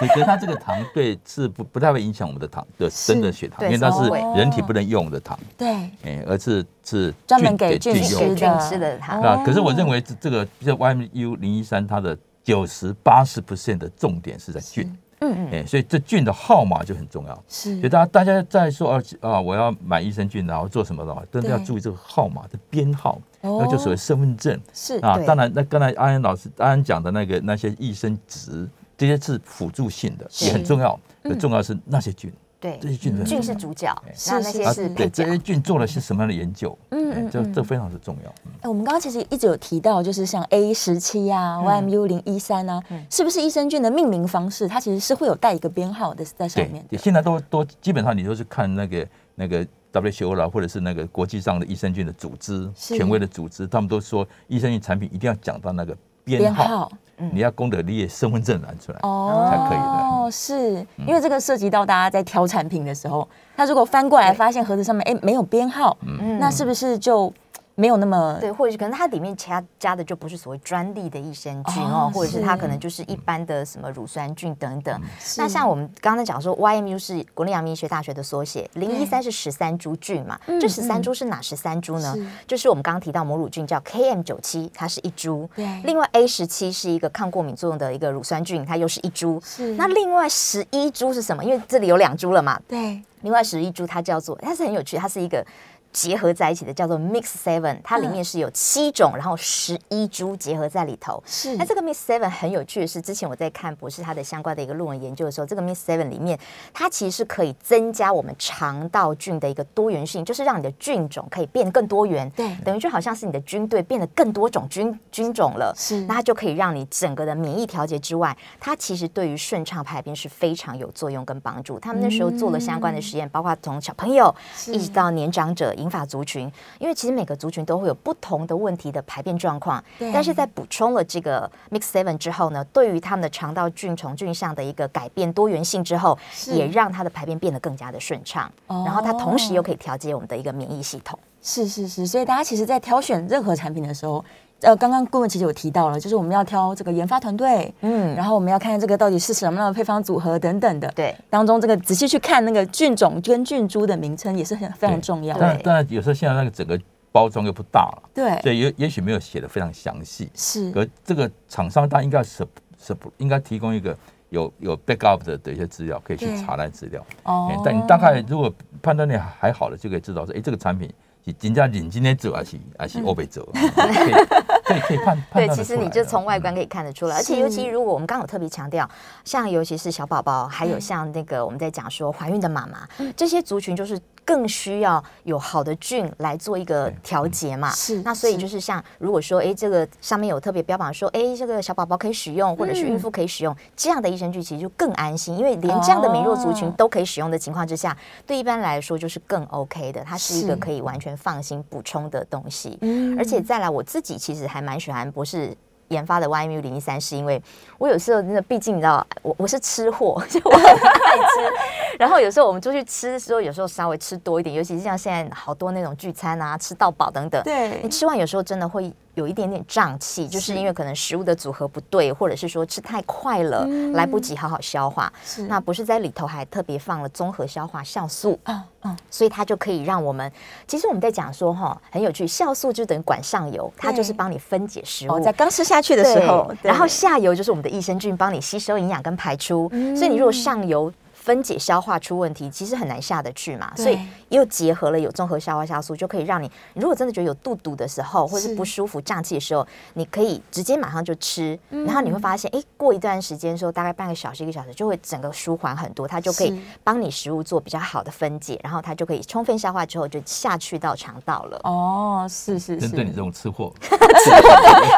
S3: 你觉得它这个糖对是不不太会影响我们的糖的真的血糖，因
S4: 对
S3: 为它是
S4: 稍微
S3: 人体不能用的糖，
S2: 对，
S3: 哎，而是是
S2: 专门给
S3: 菌
S2: 菌
S3: 用
S2: 吃
S4: 给
S2: 的
S4: 菌吃的它。
S3: 那可是我认为这这个这 YMU 零一三它的九十八十 percent 的重点是在菌，
S2: 嗯
S3: 嗯，哎，所以这菌的号码就很重要。
S2: 是
S3: 所以大家大家在说啊啊，我要买益生菌啊，我做什么的话，真的要
S2: 对
S3: 注意这个号码的编号，
S2: 哦
S3: 那就所谓身份证
S2: 是
S3: 啊
S4: 对。
S3: 当然，那刚才安安老师安安讲的那个那些益生值，这些是辅助性的，
S2: 是嗯
S3: 也很重要。很重要是那些菌，
S4: 对，
S3: 这些菌很
S4: 菌
S3: 重
S4: 是
S3: 要
S4: 主角，
S2: 是
S4: 那那些
S3: 啊
S4: 是配
S3: 对
S4: 角
S3: 这。些菌做了些什么样的研究，
S2: 嗯
S3: 哎
S2: 嗯
S3: 这
S2: 嗯
S3: 这非常的重要。
S2: 哎，我们刚刚其实一直有提到，就是像 A 十七啊、YMU
S4: 嗯
S2: 零一三啊，是不是益生菌的命名方式，它其实是会有带一个编号的在上
S3: 对
S2: 面，
S3: 对
S2: 的？
S3: 现在都都基本上你都是看那个那个 WHO 啦，或者是那个国际上的益生菌的组织，
S2: 是
S3: 权威的组织，他们都说益生菌产品一定要讲到那个编号，你要公德你也身份证拿出来。
S2: 嗯哦，
S3: 才可以的嗯
S2: 哦，是因为这个涉及到大家在挑产品的时候，他如果翻过来发现盒子上面哎没有编号，
S4: 嗯
S2: 那是不是就没有那么
S4: 对，或者是可能它里面加加的就不是所谓专利的益生菌哦，
S2: 哦
S4: 或者是
S2: 是
S4: 它可能就是一般的什么乳酸菌等等。
S3: 嗯
S4: 那
S2: 是
S4: 像我们刚刚讲说，YMU 是国立阳明医学大学的缩写，零一三是十三株菌嘛，这十三株是哪十三株呢？嗯就是我们刚刚提到母乳菌叫 KM 九七，它是一株
S2: 对；
S4: 另外 A 十七是一个抗过敏作用的一个乳酸菌，它又是一株。那另外十一株是什么？因为这里有两株了嘛，
S2: 对
S4: 另外十一株它叫做，它是很有趣，它是一个结合在一起的，叫做 Mix Seven，它里面是有七种，然后十一株结合在里头。
S2: 是
S4: 那这个 Mix Seven 很有趣的是，之前我在看博士他的相关的一个论文研究的时候，这个 Mix Seven 里面，它其实是可以增加我们肠道菌的一个多元性，就是让你的菌种可以变得更多元。
S2: 对
S4: 等于就好像是你的军队变得更多种军军种了，
S2: 是
S4: 那它就可以让你整个的免疫调节之外，它其实对于顺畅排便是非常有作用跟帮助。他们那时候做了
S2: 嗯
S4: 相关的实验，包括从小朋友一直到年长者、银发族群，因为其实每个族群都会有不同的问题的排便状况，
S2: 对
S4: 但是在补充了这个 Mix Seven 之后呢，对于他们的肠道菌虫菌相的一个改变多元性之后，也让他的排便变得更加的顺畅，然后它同时又可以调节我们的一个免疫系统。
S2: 是是是，所以大家其实，在挑选任何产品的时候，呃，刚刚顾问其实有提到了，就是我们要挑这个研发团队，
S4: 嗯，
S2: 然后我们要看这个到底是什么样的配方组合等等的，
S4: 对，
S2: 当中这个仔细去看那个菌种跟菌株的名称也是很非常重要
S3: 当
S2: 的，
S3: 然，当然有时候现在那个整个包装又不大了，
S2: 对，
S3: 所以也也许没有写的非常详细。
S2: 是
S3: 可这个厂商他应该是是应该提供一个有有 backup 的的一些资料，可以去
S2: 对
S3: 查那资料。哎
S2: 哦
S3: 但你大概如果判断力还好的，就可以知道说，哎，这个产品是人家领今天走还是还是欧北走， 可以可以可以判 判断
S4: 嗯对，
S3: 得
S4: 其实
S3: 出
S4: 你
S3: 来
S4: 就
S3: 的嗯
S4: 从外观可以看得出来，而且
S2: 是
S4: 尤其如果我们刚刚有特别强调，像尤其是小宝宝，还
S2: 嗯
S4: 有像那个我们在讲说怀孕的妈妈，这些族群就是更需要有好的菌来做一个
S3: 嗯
S4: 调节嘛。
S2: 是
S4: 那所以
S2: 是
S4: 就是像如果说，哎，这个上面有特别标榜说，哎，这个小宝宝可以使用，或者是
S2: 嗯
S4: 孕妇可以使用，这样的益生菌其实就更安心，因为连这样的敏弱族群
S2: 哦
S4: 都可以使用的情况之下，对一般来说就是更 OK 的，它是一个
S2: 是
S4: 可以完全放心补充的东西。
S2: 嗯
S4: 而且再来，我自己其实还蛮喜欢博士。研发的 YMU 零一三是因为我有时候真的，毕竟你知道，我我是吃货， 就我很爱吃。然后有时候我们出去吃的时候，有时候稍微吃多一点，尤其是像现在好多那种聚餐啊，吃到饱等等。
S2: 对
S4: 你吃完有时候真的会有一点点胀气，就是因为可能食物的组合不对，或者是说吃太快了，来
S2: 嗯
S4: 不及好好消化。那不是在里头还特别放了综合消化酵素，
S2: 啊啊
S4: 所以它就可以让我们，其实我们在讲说哈，很有趣，酵素就等于管上游，它
S2: 对
S4: 就是帮你分解食
S2: 哦，
S4: 物。
S2: 在刚吃下去的时
S4: 哎对
S2: 候，对
S4: 然后下游就是我们的益生菌，帮你吸收营养跟排出。
S2: 嗯
S4: 所以你如果上游分解消化出问题，其实很难下得去嘛。
S2: 对
S4: 所以又结合了有综合消化酵素，就可以让你，你如果真的觉得有肚肚的时候，或是
S2: 是
S4: 不舒服、胀气的时候，你可以直接马上就吃，
S2: 嗯
S4: 然后你会发现，哎，过一段时间的时候，大概半个小时、一个小时，就会整个舒缓很多，它就可以
S2: 是
S4: 帮你食物做比较好的分解，然后它就可以充分消化之后就下去到肠道了。
S2: 哦，是是是，
S3: 针对你这种吃货，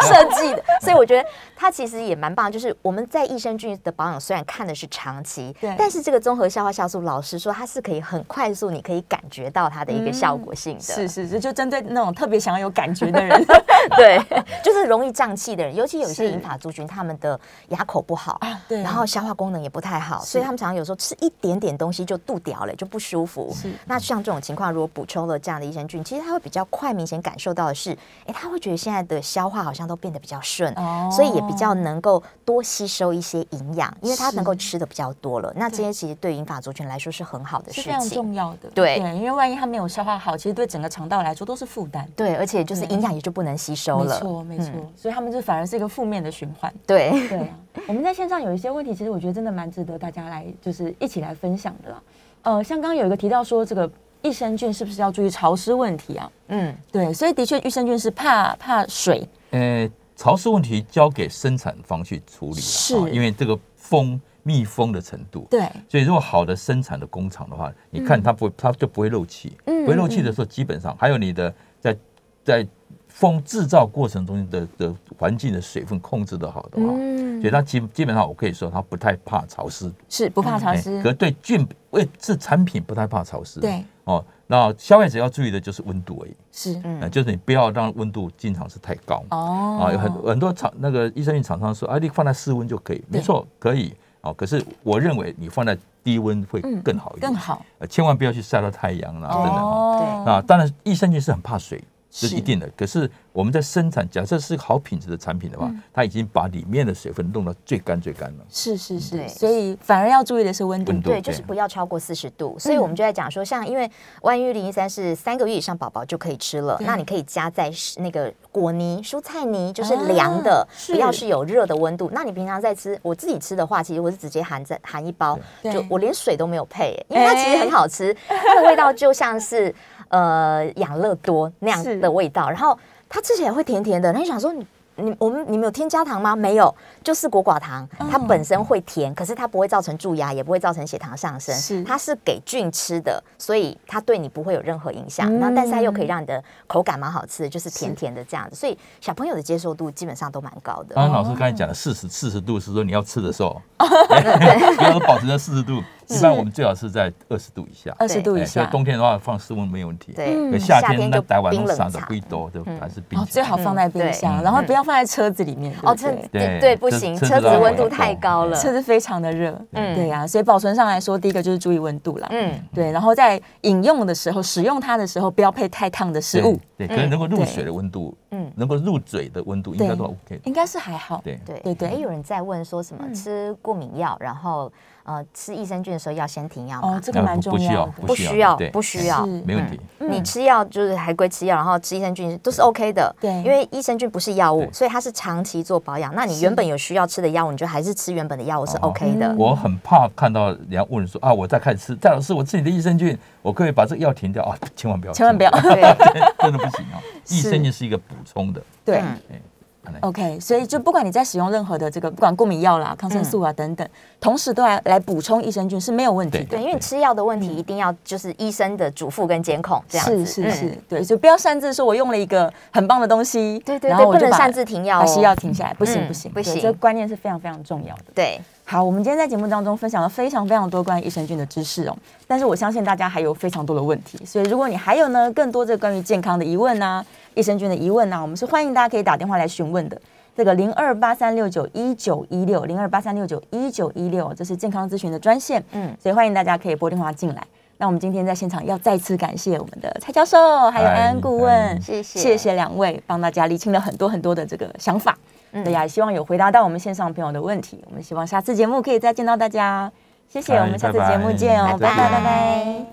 S4: 设计的， 所以我觉得它其实也蛮棒。就是我们在益生菌的保养，虽然看的是长期
S2: 对，
S4: 但是这个综合消化酵素，老实说，它是可以很快速，你可以感觉到它的一个效果性的。
S2: 嗯是是是，就针对那种特别想要有感觉的 人
S4: 对，就是容易胀气的人，尤其有一些
S2: 是
S4: 银发族群，他们的牙口不好。
S2: 啊，对，
S4: 然后消化功能也不太好，所以他们常常有时候吃一点点东西就肚掉了，就不舒服。那像这种情况，如果补充了这样的益生菌，其实他会比较快明显感受到的是，哎，他会觉得现在的消化好像都变得比较顺，
S2: 哦
S4: 所以也比较能够多吸收一些营养，因为他能够吃的比较多了。那这些其实对银发族群来说是很好的
S2: 是
S4: 事
S2: 非常
S4: 情。
S2: 重要的，
S4: 对
S2: 因为万一它没有消化好，其实对整个肠道来说都是负担。
S4: 对，而且就是营养也就不能吸收
S2: 没
S4: 了。嗯
S2: 错，没错，所以他们就反而是一个负面的循环。
S4: 对，
S2: 对啊，我们在线上有一些问题，其实我觉得真的蛮值得大家来，就是一起来分享的啦。呃，像刚刚有一个提到说，这个益生菌是不是要注意潮湿问题啊？
S4: 嗯，
S2: 对，所以的确益生菌是怕怕水，
S3: 呃，潮湿问题交给生产方去处理
S2: 是
S3: 了，啊因为这个封密封的程度，
S2: 对，
S3: 所以如果好的生产的工厂的话，你看它不，它就不会漏气，不会漏气的时候，基本上还有你的在在封制造过程中的的环境的水分控制的好的话，所以它基基本上我可以说它不太怕潮湿，
S2: 是不怕潮
S3: 哎
S2: 湿
S3: 可，对菌为是产品不太怕潮湿，
S2: 对
S3: 哦，那消费者要注意的就是温度而已，
S2: 是
S4: 嗯
S3: 呃就是你不要让温度经常是太高。
S2: 哦，
S3: 啊，有很很多厂那个益生菌厂商说，啊，你放在室温就可以，没错，可以哦。可是我认为你放在低温会更好一点，
S2: 更好
S3: 呃，千万不要去晒到太阳啦，等等哦。
S2: 哦，
S3: 那当然，益生菌是很怕水，这
S2: 是
S3: 是一定的。可是我们在生产，假设是好品质的产品的话，它已经把里面的水分弄到最干最干了。
S2: 嗯是是是，
S4: 对
S2: 所以反而要注意的是温度
S3: 温度
S4: 对，就是不要超过四十度。所以
S2: 嗯
S4: 我们就在讲说，像因为万一零一三是三个月以上宝宝就可以吃了，
S2: 对
S4: 那你可以加在是那个果泥、蔬菜泥，就是凉的，
S2: 啊是
S4: 不要是有热的温度。那你平常在吃，我自己吃的话，其实我是直接含在含一包，
S2: 对
S4: 就
S2: 对哎
S4: 我连水都没有配，欸因为它其实很好吃，它的味道就像是呃养乐多那
S2: 是
S4: 样的味道，然后它吃起来会甜甜的。那你想说你。你我们你们有添加糖吗？没有，就是果寡糖，它本身会甜，可是它不会造成蛀牙，也不会造成血糖上升。
S2: 是
S4: 它是给菌吃的，所以它对你不会有任何影响。
S2: 嗯
S4: 那、但是它又可以让你的口感蛮好吃的，就是哦甜甜的这样子。所以小朋友的接受度基本上都蛮高的。
S3: 当然，老师刚才讲的四十四十度是说你要吃的时候，
S2: 哦
S3: 不 要保持在四十度。一般我们最好是在二十度以下，
S2: 二十度
S3: 哎
S2: 以
S3: 所以
S2: 下，
S3: 冬天的话放室温没有问题。
S4: 对，
S3: 可
S2: 嗯
S3: 夏天
S4: 天
S3: 那
S4: 就
S3: 台湾
S4: 冰
S3: 弄
S4: 冷
S3: 啥的
S4: 茶
S3: 不多，就还是冰嗯
S2: 哦，
S3: 起
S2: 最
S3: 来
S2: 好放在冰箱，然后不要放在车子里面。
S4: 哦，
S2: 对
S4: 车
S2: 不对
S3: 对
S4: 对对，不
S3: 车
S4: 行，
S3: 车
S4: 车
S3: 子
S4: 子
S3: 当然
S4: 温
S3: 会
S4: 度
S3: 很
S4: 太
S3: 高
S4: 高了。
S2: 车子非常的热，
S4: 嗯
S2: 对呀、所以保存上来说，第一个就是注意温度啦。
S4: 嗯，
S2: 对，然后在饮用的时候，使用它的时候，不要配太烫的食物，
S3: 对，对，可能能够入
S2: 对
S3: 水的温度，
S4: 嗯
S3: 嗯，能够入嘴的温度应该都 OK 的，
S2: 应该是还好。
S3: 对
S2: 嗯
S4: 对嗯
S2: 对对
S4: 哎，有人在问说什么吃过敏药，然后呃吃益生菌的时候要先停药
S2: 哦
S4: 吗，？
S2: 这个
S3: 啊那
S2: 蛮
S3: 不
S2: 重
S3: 不需
S2: 要
S3: 要
S2: 的。，
S4: 不需要
S3: 对，
S4: 不需要。
S2: 是
S3: 没问题。
S4: 你吃药就是还归吃药，然后吃益生菌都是 OK 的。
S2: 对
S4: 因为益生菌不是药物，
S3: 对
S4: 所以它是长期做保养。那你原本有需要吃的药物，你就还是吃原本的药物是
S3: 哦
S4: OK 的。
S3: 我很怕看到人家问说啊，我在开始吃，戴老师，我吃你的益生菌，我可不可以把这个药停掉啊，千万不要，
S2: 千 万不要
S4: 对，
S3: 真的不行啊。益生菌是一个补充的，
S2: 对、
S4: 嗯
S3: 哎，可能
S2: o k 所以就不管你在使用任何的这个，不管过敏药啦、抗生素
S3: 嗯
S2: 啊等等，同时都来来补充益生菌是没有问题的。
S4: 对，因为你吃药的问题一定要就是医生的嘱咐跟监控这样子。
S2: 是是
S4: 嗯
S2: 是，对，就不要擅自说我用了一个很棒的东西，
S4: 对对
S2: 然后
S4: 对，
S2: 我
S4: 不
S2: 就
S4: 能
S2: 把
S4: 擅自停药
S2: 把西药
S4: 哦。
S2: 停下来，不行
S4: 嗯
S2: 不行
S4: 不
S2: 对
S4: 行
S2: 这个观念是非常非常重要的。
S4: 对，
S2: 好，我们今天在节目当中分享了非常非常多关于益生菌的知识哦，但是我相信大家还有非常多的问题，所以如果你还有呢更多这个关于健康的疑问呐、益生菌的疑问呐、啊我们是欢迎大家可以打电话来询问的。这个零二八三六九一九一六零二八三六九一九一六，这是健康咨询的专线，嗯
S4: 嗯，
S2: 所以欢迎大家可以拨电话进来。那我们今天在现场要再次感谢我们的蔡教授，还有
S3: 嗨
S2: 安安顾
S3: 嗨
S2: 问，
S4: 谢谢
S2: 谢谢两位帮大家理清了很多很多的这个想法。对呀，也希望有回答到我们线上朋友的问题。我们希望下次节目可以再见到大家，谢谢，
S3: 嗨
S2: 我们下次
S3: 拜
S2: 节
S3: 拜
S2: 目见哦，
S3: 拜拜
S2: 拜拜。